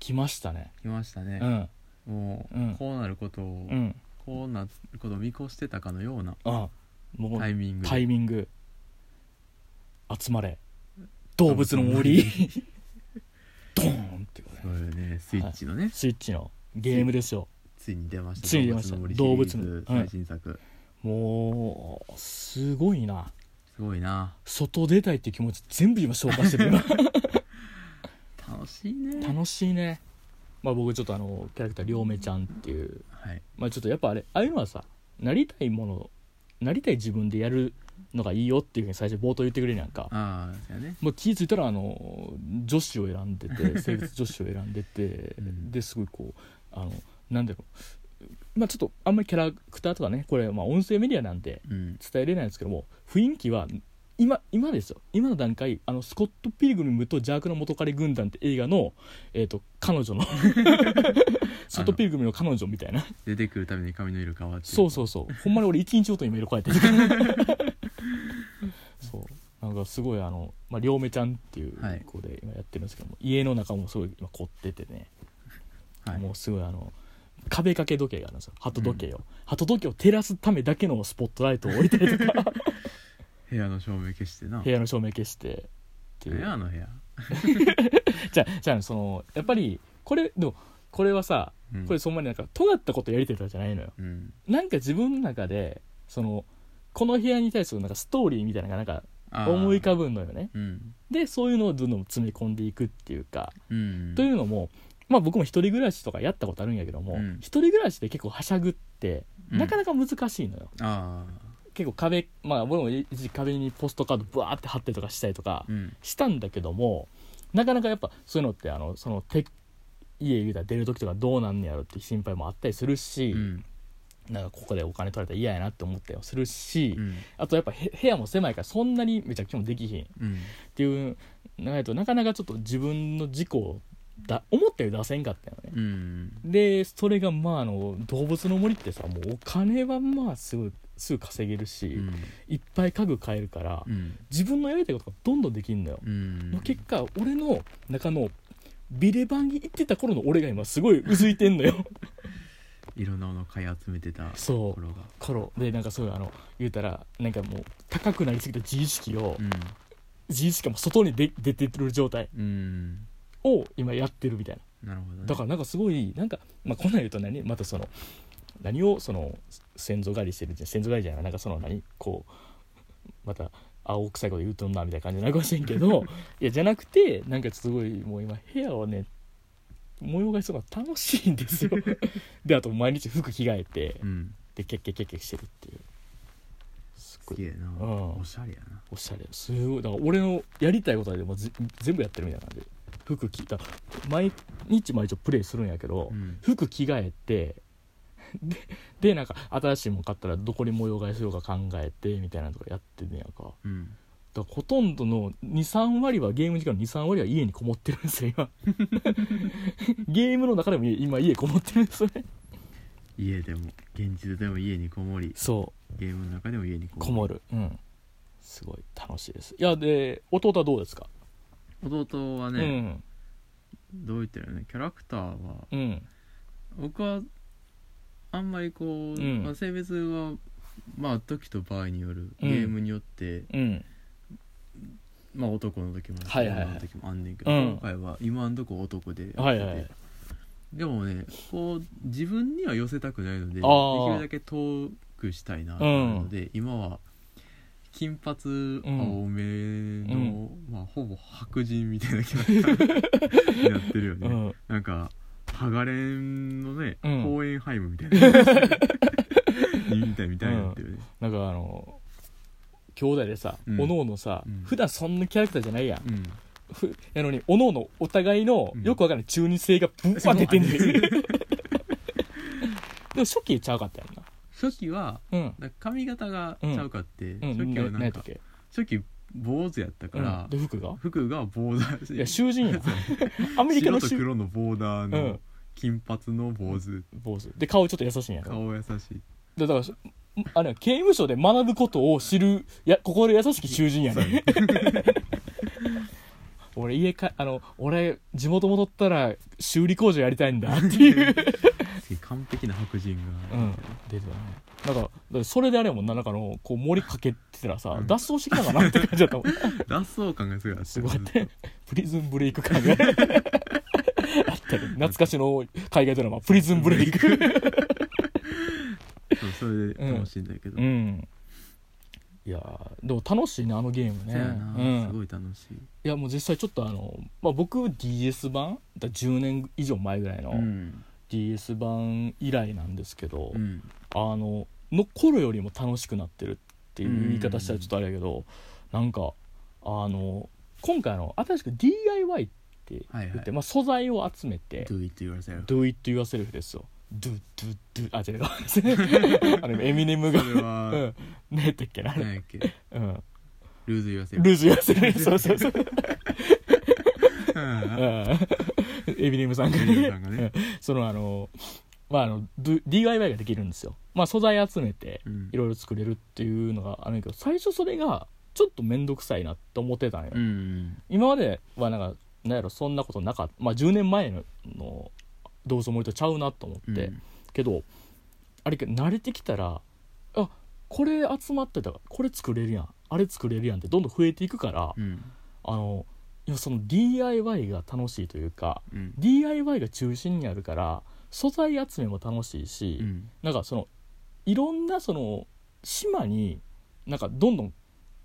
A: 来ましたね
B: 来ましたね
A: う、ん
B: もう、
A: うん
B: こうなることを、
A: うん
B: こうなることを見越してたかのような
A: あもう
B: タイミングで
A: タイミング集まれ動物の森 ドーンってこれ
B: そうよねスイッチのね、
A: スイッチのゲームですよ
B: ついに出ました
A: ついに出ました
B: 動物の森シリー
A: 動
B: ズ
A: 物のはい
B: 最新作、
A: もうすごいな
B: すごいな
A: 外出たいっていう気持ち全部今消化して る今
B: 楽しいね
A: 楽しいねまあ僕ちょっとあのキャラクターりょうめちゃんっていう
B: はい
A: まあちょっとやっぱあれああいうのはさなりたいものなりたい自分でやるのがいいよっていうふうに最初冒頭言ってくれるやんか
B: ああそうやね
A: もう気づいたらあの女子を選んで て生物女子を選んでて、
B: うん
A: ですごいこうあのなんだろうまあちょっとあんまりキャラクターとかねこれまあ音声メディアなんで
B: うん
A: 伝えれないんですけども雰囲気は今今ですよ今の段階あのスコット・ピルグリムと邪悪の元彼軍団って映画の、えー、と彼 女のスコット・ピルグリムの彼女みたいな
B: 出てくるために髪の色変わって
A: そうそううそうほんまに俺一日ごとにメール変えて るそうなんかすごいあの、まあ、両目ちゃんっていう
B: はい
A: 子で今やってるんですけども、家の中もすごい今凝っててね、
B: はい
A: もうすごいあの壁掛け時計があるんですよ鳩時計を、鳩時計を照らすためだけのスポットライトを置い たりとか
B: 部屋の照明消してな
A: 部屋の照明消してってい
B: 部屋
A: う
B: の部屋、
A: じゃあじゃあそのやっぱりこれでもこれはさ
B: うん、
A: これそんなになんか尖ったことやりてるとかじゃないのよ
B: うん
A: なんか自分の中でそのこの部屋に対するなんかストーリーみたいなのがなんか
B: あー
A: 思い浮かぶのよね
B: うん
A: でそういうのをどんどん詰め込んでいくっていうか、
B: うん
A: というのも、まあ、僕も一人暮らしとかやったことあるんやけども、
B: うん
A: 一人暮らしで結構はしゃぐって
B: うん
A: なかなか難しいのよ、
B: あ
A: 結構壁まあ僕も一時壁にポストカードブワーって貼ってとかしたりとか
B: あうん
A: したんだけどもなかなかやっぱそういうのってあのそのて家言うたら出る時とかどうなんねやろって心配もあったりするし、
B: うん
A: なんかここでお金取られたら嫌やなって思ったりもするし、
B: うん
A: あとやっぱへ部屋も狭いからそんなにめちゃくちゃもできひんっ
B: うん
A: ていうのやとなかなかちょっと自分の自己をだ思ったより出せんかったよね。
B: うん
A: でそれがまああの動物の森ってさもうお金はまあすぐすぐ稼げるし、
B: うん
A: いっぱい家具買えるから、
B: うん
A: 自分のやりたいことがどんどんできんのよ。
B: うん
A: の結果俺の中のビレバンに行ってた頃の俺が今すごいうずいてんの よ。
B: いろんなものを買い集めてた
A: そう
B: 頃が
A: 頃でなんかそういうあの言うたらなんかもう高くなりすぎた自意識を、
B: うん
A: 自意識がもう外に出出てる状態
B: うん
A: を今やってるみたいな
B: なるほどね
A: だからなんかすごいなんか、まあ、こんなん言うと何またその何をその先祖狩りしてるじゃん先祖狩りじゃないなんかその何こうまた青臭いこと言うとんなみたいな感じになるかもしれんけ どいやじゃなくてなんかすごいもう今部屋をね模様替えするのが楽しいん ですよであと毎日服着替えて
B: うん
A: でケッケッケッケッしてるっていうすっ
B: す
A: ごい
B: げえな
A: うん
B: おしゃれやな
A: おしゃれすごいだから俺のやりたいことはでもぜ全部やってるみたいな感じ服着た毎日毎日プレイするんやけど、
B: うん
A: 服着替えてででなんか新しいもん買ったらどこに模様替えするか考えてみたいなのとかやってんねやんかだか
B: うん
A: らほとんどの23割はゲーム時間の23割は家にこもってるんですよ今ゲームの中でも今家こもってるんですよね
B: 家でも現実でも家にこもり
A: そう
B: ゲームの中でも家にこも
A: こ
B: り
A: もるうんすごい楽しいですいやで弟はどうですか、
B: 弟はね、どう言ったらいいのねキャラクターは
A: うんうん
B: 僕はあんまりこう、
A: ん
B: まあ、性別はまあ時と場合によるゲームによって、
A: うん
B: まあ男の時もあるし
A: はいはいはい
B: 女の時もあんねんけど、
A: うん
B: 今回は今んとこ男でやってて、
A: はいはい
B: でもねこう自分には寄せたくないのでで
A: あー
B: きるだけ遠くしたいなと思うので、今は金髪青めの、まあ、ほぼ白人みたいなキャラクターになってるよね、
A: うん
B: なんかハガレンのね、
A: うん
B: 公園ハイムみたいな 人みたいみたいになってるね、
A: なんかあの兄弟でさ、
B: うん
A: おのおのさ、
B: うん
A: 普段そんなキャラクターじゃないやん、
B: うん
A: ふ やのにおのおのお互いの
B: うん
A: よくわからない中二性がブワー出てん ねんでも初期ちゃうかったやんな
B: 初期は
A: うん
B: なんか髪型がちゃうかって、
A: うん
B: 初期は
A: な
B: な
A: なんや
B: ん
A: った
B: か
A: っけ
B: 初期坊主やったか
A: うん
B: ら、
A: で服が
B: 服がボーダー
A: いや囚人や アメリカ
B: 白
A: の
B: と
A: 囚
B: 黒のボーダー
A: う
B: の
A: ん
B: 金髪の坊主、
A: 坊主で顔ちょっと優しいんやろ
B: 顔優しい
A: だからしあれや刑務所で学ぶことを知るや心優しき囚人や
B: そうや
A: ね 俺家かあの俺地元戻ったら修理工場やりたいんだっていう
B: 完璧な白人
A: う
B: が、
A: ん出てたねなんかだからそれであれやもんななんかあのこう森かけてたらさ、
B: うん
A: 脱走してきたかなって感じだったもん
B: 脱走感がすごいあった
A: すごいねプリズンブレイク感があ ったね懐かしの海外ドラマ「プリズンブレイク」
B: そうそれで楽しいんだけど、
A: うんいやーでも楽しいねあのゲームね
B: そうやな、
A: うん
B: すごい楽しい
A: いやもう実際ちょっとあの、まあ、僕 DS 版だ10年以上前ぐらいの
B: ん、
A: DS 版以来なんですけど、
B: うん、
A: あのの頃よりも楽しくなってるっていう言い方したらちょっとあれやけど、なんかあの今回あの新しく DIY って言って、
B: はいはい
A: まあ、素材を集めて
B: Do it yourself
A: Do it yourself ですよ Do do do あ違うごめ んなさいあのエミネムが
B: それは、
A: うん何やったっけなあれ
B: 何やっけ
A: うん、
B: Lose yourself
A: ルーズ言わせるそうそうそう
B: うん
A: うんエビネムさんが
B: エビネムさんがね
A: うんそのあのまああのドゥ DIY ができるんですよまあ素材集めて
B: うん
A: いろいろ作れるっていうのがあるんやけど最初それがちょっと面倒くさいなって思ってたんよ、
B: うん
A: 今まではなんかなんやろそんなことなかったまあ10年前ののどうぞ森とちゃうなと思
B: う
A: っ
B: ん
A: て、けどあれけ慣れてきたらあこれ集まってたからこれ作れるやんあれ作れるやんってどんどん増えていくから、
B: うん
A: あのいやその DIY が楽しいというか
B: うん
A: DIY が中心にあるから素材集めも楽しいし、
B: うん
A: なんかそのいろんなその島になんかどんどん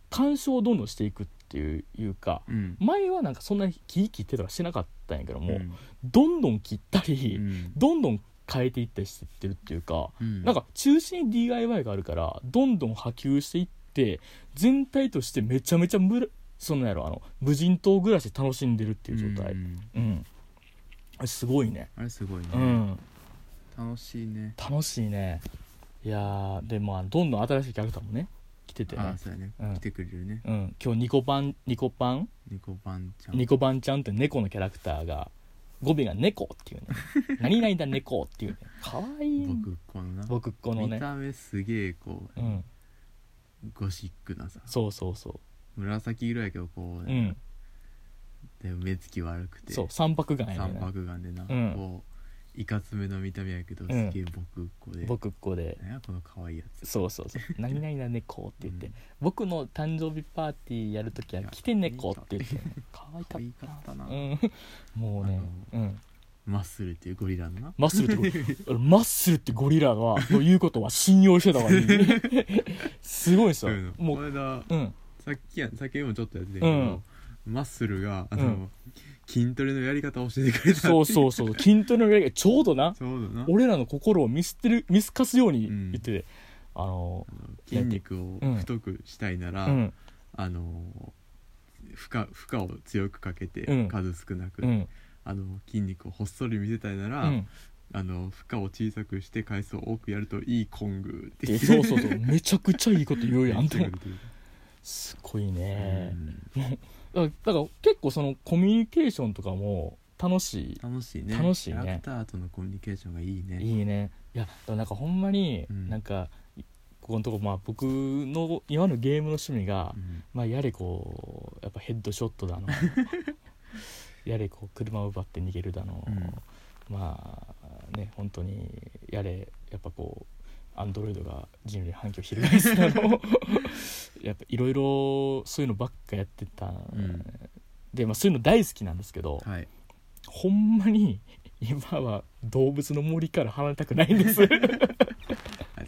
A: 干渉をどんどんしていくっていういうか
B: うん
A: 前はなんかそんなに木切ってとかしてなかったんやけども、
B: うん
A: どんどん切ったり、
B: うん
A: どんどん変えていったりしてってるっていうか、
B: うん
A: なんか中心に DIY があるからどんどん波及していって全体としてめちゃめちゃむらそのやろあの無人島暮らし楽しんでるっていう状態
B: う、ん
A: うん、あすごいね、
B: あれすごいね、
A: うん、
B: 楽しいね
A: 楽しいねいやーでまあどんどん新しいキャラクターもね来てて
B: あ
A: ね
B: あ、そうやね、
A: うん
B: 来てくれるね
A: うん、今日ニコパンニコパン
B: ニコパンちゃん
A: ニコパンちゃんって猫のキャラクターが語尾が「猫」って いうね「何々だ猫」っていうねかわいい
B: 僕このな
A: 僕この
B: 見
A: ね
B: た目すげえこう、
A: うん
B: ゴシックなさ
A: そうそうそ
B: 紫色やけどこう、
A: ううん
B: で目つき悪くて
A: そう三白眼やね
B: 三
A: んな
B: 白眼でな、
A: うん
B: こういかつめの見た目やけどす
A: ん
B: げえ僕っ子で、
A: 僕っ子で
B: なんやこの可愛いやつ
A: そうそう そう「何々だ猫」って言って、
B: うん
A: 僕の誕生日パーティーやるときは「来て猫」って言ってねかわい
B: 可愛
A: か
B: か
A: っ
B: った
A: た
B: な、
A: うんもうねうん
B: マッスルっていうゴリラのな
A: マッスルってゴリ俺マッスルってゴリラはの言うことは信用してた わ、ね、すごいさ
B: うん
A: も
B: こ
A: う
B: れだ
A: うん
B: さっきやさっきもちょっとやってたけど、
A: うん
B: マッスルがあ
A: う
B: の、筋トレのやり方を教えてくれたってい
A: そうそうそう筋トレのやり方ちょうどな
B: そうだな
A: 俺らの心を見捨てる見透かすように言ってて、あの
B: あの筋肉を
A: うん
B: 太くしたいなら、
A: うん
B: あの負荷負荷を強くかけて、
A: うん
B: 数少なく、
A: うん
B: あの筋肉をほっそり見せたいな
A: う
B: ら、
A: ん
B: あの負荷を小さくして回数を多くやるといいコングって
A: でそうそうそうめちゃくちゃいいこと言うやんと
B: 言
A: 思
B: っ
A: って
B: くれてる
A: すごい
B: うん
A: ね、だからだから結構そのコミュニケーションとかも楽しい
B: 楽しいね
A: 楽しいね
B: キャラクターとのコミュニケーションがいいね
A: いいねいやだからなんかほんまに、
B: うん
A: なんかここのとこまあ僕の今のゲームの趣味が、
B: うん
A: まあやれこうやっぱヘッドショット だのやれこう車を奪って逃げるだの、
B: うん
A: まあね本当にやれやっぱこうアンドロイドが人類反響を翻すだ のやっぱいろいろそういうのばっかやってた、
B: ん
A: で、まあ、そういうの大好きなんですけど、
B: はい
A: ほんまに今は動物の森から離れたくないんです
B: はい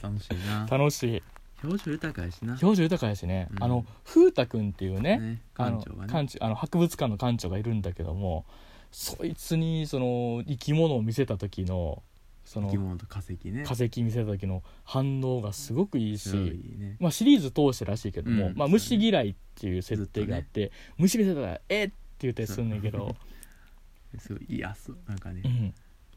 B: 楽しいな
A: 楽しい
B: 表情豊かやしな
A: 表情豊かやしね、
B: うん
A: あの風太くんっていうね
B: ね
A: あ
B: 館
A: の
B: 長がね
A: 館長あの博物館の館長がいるんだけどもそいつにその生き物を見せた時のそ
B: 生
A: の
B: き物と化石ね
A: 化石見せた時の反応がすごくいい
B: すご
A: し、
B: いね
A: まあ、シリーズ通してらしいけども、
B: うん
A: まあ、虫嫌いっていう設定があって、虫見せたら「えっ!」って言ったりするんだけど、
B: すごい嫌そうなんかね
A: うん、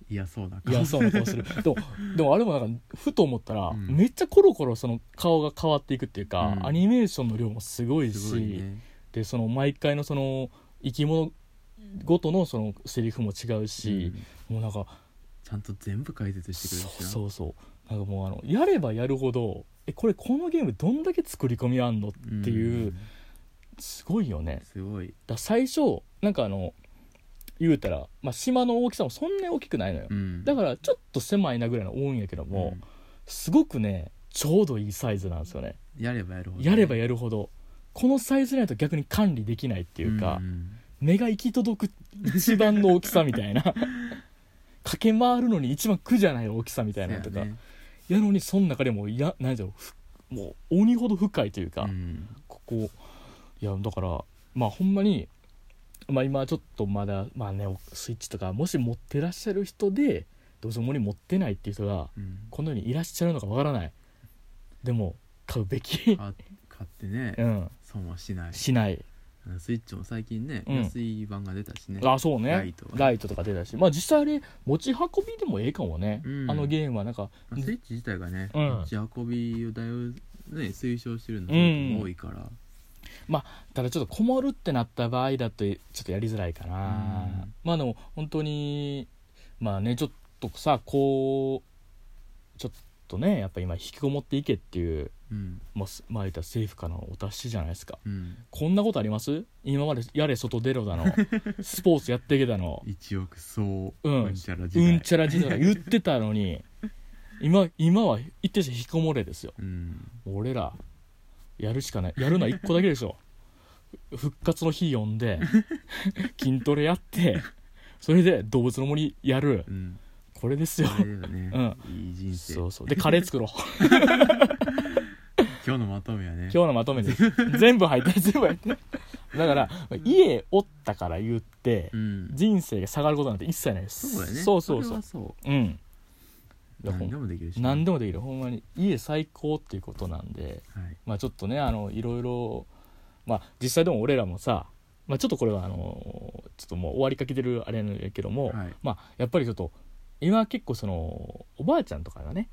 B: 嫌そうな顔
A: 嫌そうな顔 するでもでもあれもなんかふと思ったら、
B: うん
A: めっちゃコロコロその顔が変わっていくっていうか、
B: うん
A: アニメーションの量もすごいし
B: すごいね
A: でその毎回のその生き物ごとのそのセリフも違うし、もうなんか
B: ちゃんと全部解説してくれる
A: そう
B: しな
A: そうそうなんかもうあのやればやるほどえこれこのゲームどんだけ作り込みあんのっていう、
B: ん
A: すごいよね
B: すごい、
A: だから最初なんかあの言うたら、まあ、島の大きさもそんなに大きくないのよ、
B: うん、
A: だ
B: か
A: からちょっと狭いなぐらいの多いんやけども、すごくねちょうどいいサイズなんですよね
B: やればやるほどね、
A: やればやるほどこのサイズないと逆に管理できないっていうか、
B: ん
A: 目が行き届く一番の大きさみたいな 駆け回るのに一番苦じゃない大きさみたいなのと
B: そ
A: か
B: う
A: や,、
B: やね
A: のにその中でもや何だろうふもう鬼ほど深いというか、
B: うん
A: ここいやだからまあほんまに、まあ、今ちょっとまだまあねスイッチとかもし持ってらっしゃる人でどうせもに持ってないっていう人が
B: うん
A: この世にいらっしゃるのかわからないでも買うべき
B: か買ってね
A: うん
B: 損はしない
A: しない
B: スイッチも最近ね、
A: うん
B: 安い版が出たしね
A: あそうね
B: ライトは
A: ライトとか出たしまあ実際あれ持ち運びでもええかもね、
B: うん
A: あのゲームはなんか
B: まあスイッチ自体がね、
A: うん
B: 持ち運びをだいぶ、ね、推奨してるのも多いから、
A: ただちょっとこもるってなった場合だとちょっとやりづらいかな、
B: うん
A: まあでも本当にまあねちょっとさこうちょっとねやっぱ今引きこもっていけっていう、
B: うん
A: まあ、すまあ言ったら政府からのお達しじゃないですか
B: うん
A: こんなことあります今までやれ外出ろ だのスポーツやっていけだの
B: 一億総
A: うん
B: うんちゃら時代、
A: うんちゃら時代言ってたのに今今は一定して引きこもれですよ
B: うん
A: 俺らやるしかないやるのは1個だけでしょ復活の日呼ん で筋トレやってそれで動物の森やる
B: うん
A: これですよ
B: あれだよね、いい人生
A: そうそうでカレー 作ろう
B: 今日のまとめはね
A: 今日のまとめです全部入って全部入ってだから家おったから言って
B: うん
A: 人生が下がることなんて一切ないです
B: そうだよね
A: そうそうそう
B: それはそ
A: うん
B: う何でもできるし、
A: 何
B: で
A: でもできるほんまに家最高っていうことなんで
B: も、はい、
A: まあちょっとねあのいろいろまあ実際でも俺らもさ、まあ、ちょっとこれはあのちょっともう終わりかけてるあれなんやけども、
B: はい
A: まあやっぱりちょっと今結構そのおばあちゃんとかがね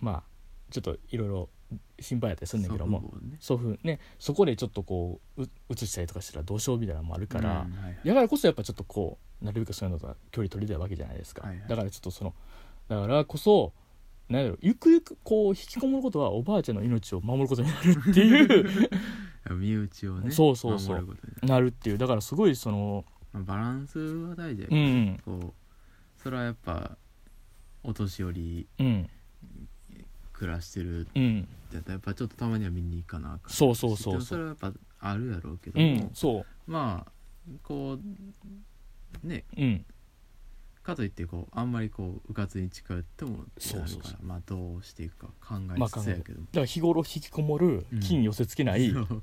A: まあちょっといろいろ心配やったりするんだけど
B: 祖
A: も
B: 父母を
A: 祖
B: ね
A: 父ねそこでちょっとこうう移したりとかしたらどうしようみたいなのもあるから、
B: うんはいはい
A: だからこそやっぱちょっとこうなるべくそういうのとは距離取りたいわけじゃないですか、
B: はいはい
A: だからちょっとそのだからこそなんだろうゆくゆくこう引きこもることはおばあちゃんの命を守ることになるっていう
B: 身内をね
A: そうそうそう
B: 守ることで、
A: なるっていうだからすごいその
B: まあ、バランスは大事だよ
A: う、ん
B: こうそれはやっぱお年寄り
A: うん
B: 暮らしてる
A: うん
B: やったらやっぱちょっとたまには見に行かなあかん
A: そうそうそう
B: でも
A: そ
B: そうれはやっぱあるやろうけど
A: う
B: も、
A: んそ
B: まあこうね
A: ううん
B: かといってこうあんまりこううかつに近寄ってもなるから
A: そうそうそう
B: まあどうしていくか考え
A: まあ
B: つつやけども、
A: だから日頃引きこもる
B: うん
A: 金寄せつけない、
B: そう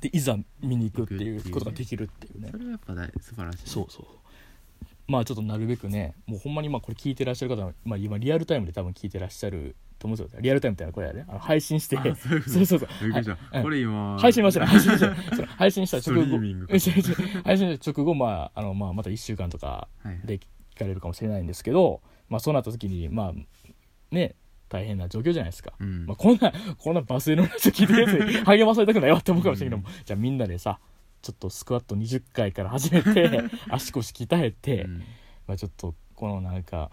A: でいざ見に行くっていうことができるっていう ね
B: それはやっぱ大素晴らしいね、
A: そうそうまあちょっとなるべくねもうほんまにまあこれ聞いてらっしゃる方は、まあ、今リアルタイムで多分聞いてらっしゃると思うんですよリアルタイムってのはこれやねあの配信して
B: あそういうこと
A: そうそうそう
B: びっくりした
A: うん
B: これ今
A: 配信しましたね配信しましたねそう配信した
B: スト
A: 直
B: リ
A: 後
B: ーミングか
A: 配信した直後、まああのまあ、また1週間とか
B: はいはい
A: で聞かれるかもしれないんですけど、まあ、そうなった時にまあね大変な状況じゃないですか、
B: うん
A: まあ、こんなこんなバスへの話を聞いてるやつに 励まされたくないわって思うかもしれないけども、じゃあみんなでさちょっとスクワット20回から始めて足腰鍛えて、
B: うん
A: まあ、ちょっとこのなんか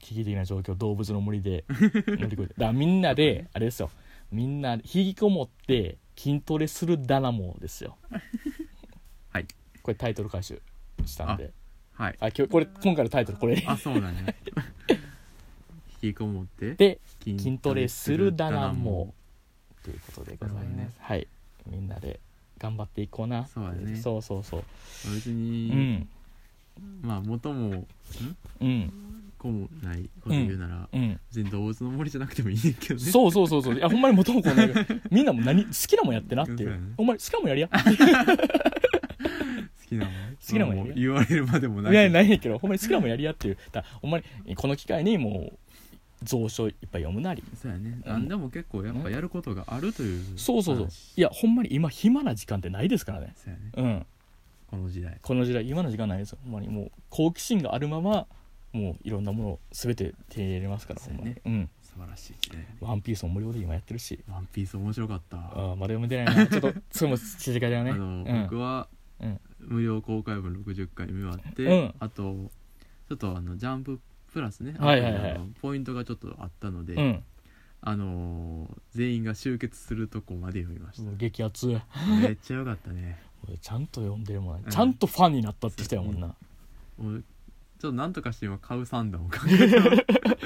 A: 危機的な状況動物の森 で乗り越えてだからみんなであれですよみんな引きこもって筋トレするだなもですよ
B: はい
A: これタイトル回収したんで
B: はい
A: あ今日これ今回のタイトルこれ
B: あそうだね引きこもって
A: で
B: 筋
A: 筋トレするだなもということでござい
B: な
A: ま
B: る
A: す、はいみんなで頑張っていこうな
B: そうだね
A: そうそうそう
B: 別
A: う
B: に、
A: ん
B: まあ元もん
A: うん
B: 子もないこと言うなら、
A: うん
B: 別に動物の森じゃなくてもいいねんけどね
A: そうそうそうそういやほんまに元も子もないからみんなも何好きなもんやってなってい
B: そう
A: う
B: やね
A: ほんまに好きなもんやりや
B: 好きなもん
A: きなもんやり
B: もう言われるまでもない
A: いやないけどほんまに好きなもんやりやっていうだからほんまにこの機会にもう蔵書いっぱい読むなり
B: そうやね
A: うん
B: 何でも結構やっぱやることがあるという
A: そうそうそう
B: 話
A: いやほんまに今暇な時間ってないですからね
B: そうやね
A: うん
B: この時代
A: この時代今の時間ないですよほんまにもう好奇心があるままもういろんなものを全て手に入れれますから
B: そ
A: ほ
B: うんや
A: まに
B: ね
A: うん
B: 素晴らしい時代だね
A: 「ワンピースも無料で今やってるし
B: ワンピース面白かったあ
A: ああまだ読めてないなちょっとそれも静かだよね
B: の、僕は
A: うん
B: 無料公開分60回見終わって、
A: うん
B: あとちょっとあのジャンププラスね、
A: はいはいはい
B: あのポイントがちょっとあったので、
A: うん、うん
B: あのー全員が集結するとこまで読みまし
A: もう激アツ
B: ためっちゃ良かったね
A: 俺ちゃんと読んでるもんね、
B: うん
A: ちゃんとファンになったって人やもんな、
B: 俺ちょっとなんとかして今買う算段を考えた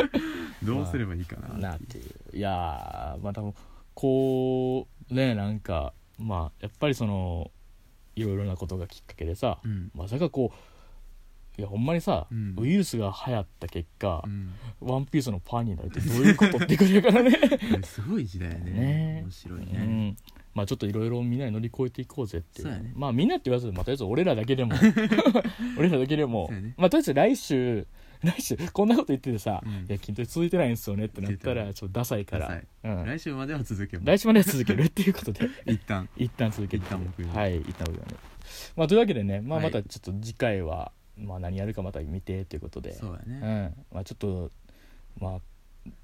B: どうすればいいかな,、
A: なっていういやーまあ多分こうねなんかまあやっぱりそのいろいろなことがきっかけでさ、
B: うん
A: まさかこういやほんまにさ、
B: うん
A: ウイルスが流行った結果
B: う、ん、
A: ワンピースのファンになるってどういうことってくれるからね
B: すごい時代やね
A: ね
B: 面白いうね、
A: んまあちょっといろいろみんなに乗り越えていこうぜっていう
B: そうやね
A: まあみんなって言わずまあとりあえず俺らだけで も俺らだけでも、
B: そうやね
A: まあとりあえず来週来週こんなこと言っててさ、
B: うん
A: いや筋トレ続いてないんですよねってなったらちょっとダサいから
B: ダサい
A: うん、
B: 来週までは続けます
A: 来週までは続けるっていうことで
B: 一旦
A: 一旦続けて
B: 一旦僕
A: はい一旦僕はねまあというわけでね、まあ、
B: は
A: ま
B: い
A: たちょっと次回は、まあ、何やるかまた見てということで
B: そうや
A: う
B: ね、
A: んまあちょっとまあ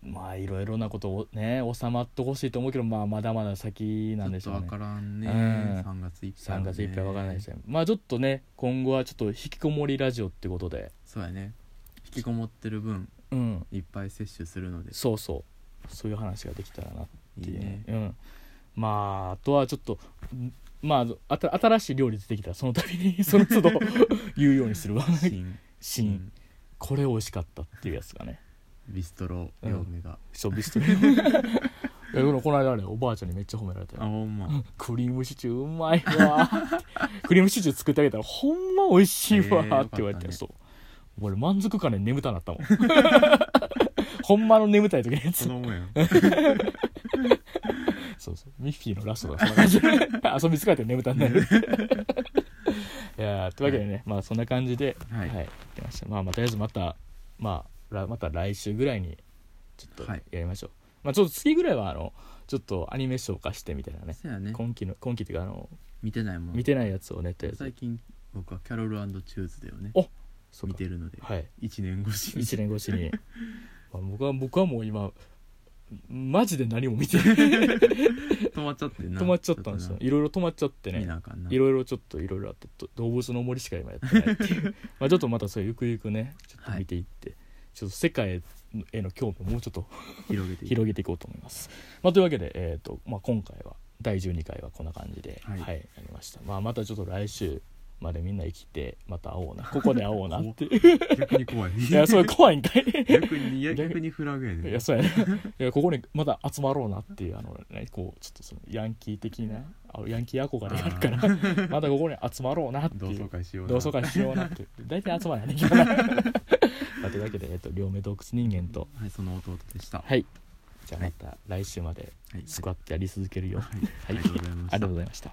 A: まあいろいろなことをね収まってほしいと思うけどまあまだまだ先なんでし
B: ちょ
A: ょ
B: っ
A: う
B: と
A: ね
B: わからんね、
A: うん
B: 3月いっぱいは
A: 3
B: ね、
A: 月いっぱいわからないですねまあちょっとね今後はちょっと引きこもりラジオってことで
B: そうやね引きこもってる分
A: うん
B: いっぱい摂取するので
A: そうそうそういう話ができたらなって
B: い
A: い
B: いうね
A: ねうんまああとはちょっとんまああた新しい料理出てきたらその度に その都度 言うようにするわ
B: 新
A: 新これ美味しかったっていうやつがね
B: ビストロ両目が、
A: ショビストリ ーいやでもこの間あれおばあちゃんにめっちゃ褒められたよ
B: あほ んま
A: クリームシチューうまい わクリームシチュー作ってあげたらほんま美味しいわ
B: へえよか
A: っ
B: ってたね
A: 言われて、そう俺満足感で眠たなったもんほんまの眠たい時のやつ
B: 子供やん
A: そうそうミッフィーのラストがそんな感じ遊び疲れて眠たんだよねいやーというわけでね、まあそんな感じでは
B: はい
A: やってましたまあまあとりあえずまたまあらまた来週ぐらいにちょっと
B: は
A: や
B: い
A: りましょう、まあちょっと次ぐらいはあのちょっとアニメ紹介してみたいなね
B: そうやね
A: 今期の今期っていうかあの
B: 見てないもん
A: 見てないやつをねとりあえず
B: 最近僕はキャロルチューズデーをね
A: おそう
B: 見
A: か
B: てるので
A: はい
B: 1年越しに
A: 1年越しにまあ 僕は僕はもう今マジで何も見てない
B: 止まっちゃってな
A: 止まっちゃったんですよ
B: ちょ
A: いろいろ止まっちゃって
B: とな見
A: ね
B: なあかんない
A: ろいろちょっといろいろあってと動物の森しか今やってないって いうまあちょっとまたそれゆくゆくねちょっと見ていって、ちょっと世界への興味をもうちょっと
B: 広げていく
A: 広げていこうと思います。まあ、というわけで、えーとまあ、今回は第12回はこんな感じで、は
B: はいい
A: やりました、まあ、またちょっと来週までみんな生きてまた会おうなここで会おうな ってい
B: 逆に怖い
A: やそれ怖いんかい
B: 逆にいや
A: 逆に
B: 逆にフラグや
A: い
B: ね
A: やそうやねいやここにまた集まろうなっていうあの、ね、こうちょっとそのヤンキー的なあヤンキー憧れがあるから またここに集まろうなって
B: 同
A: い
B: 窓
A: う
B: 会しよう
A: 同窓会しようなっ て大体集まらないね今なまあというわけで、えーと両目洞窟人間と
B: はいその弟でした
A: はいじゃあまた来週まで
B: はい
A: スクワットやり続けるよ
B: はいありがとうございまし
A: ありがと
B: た
A: うございました。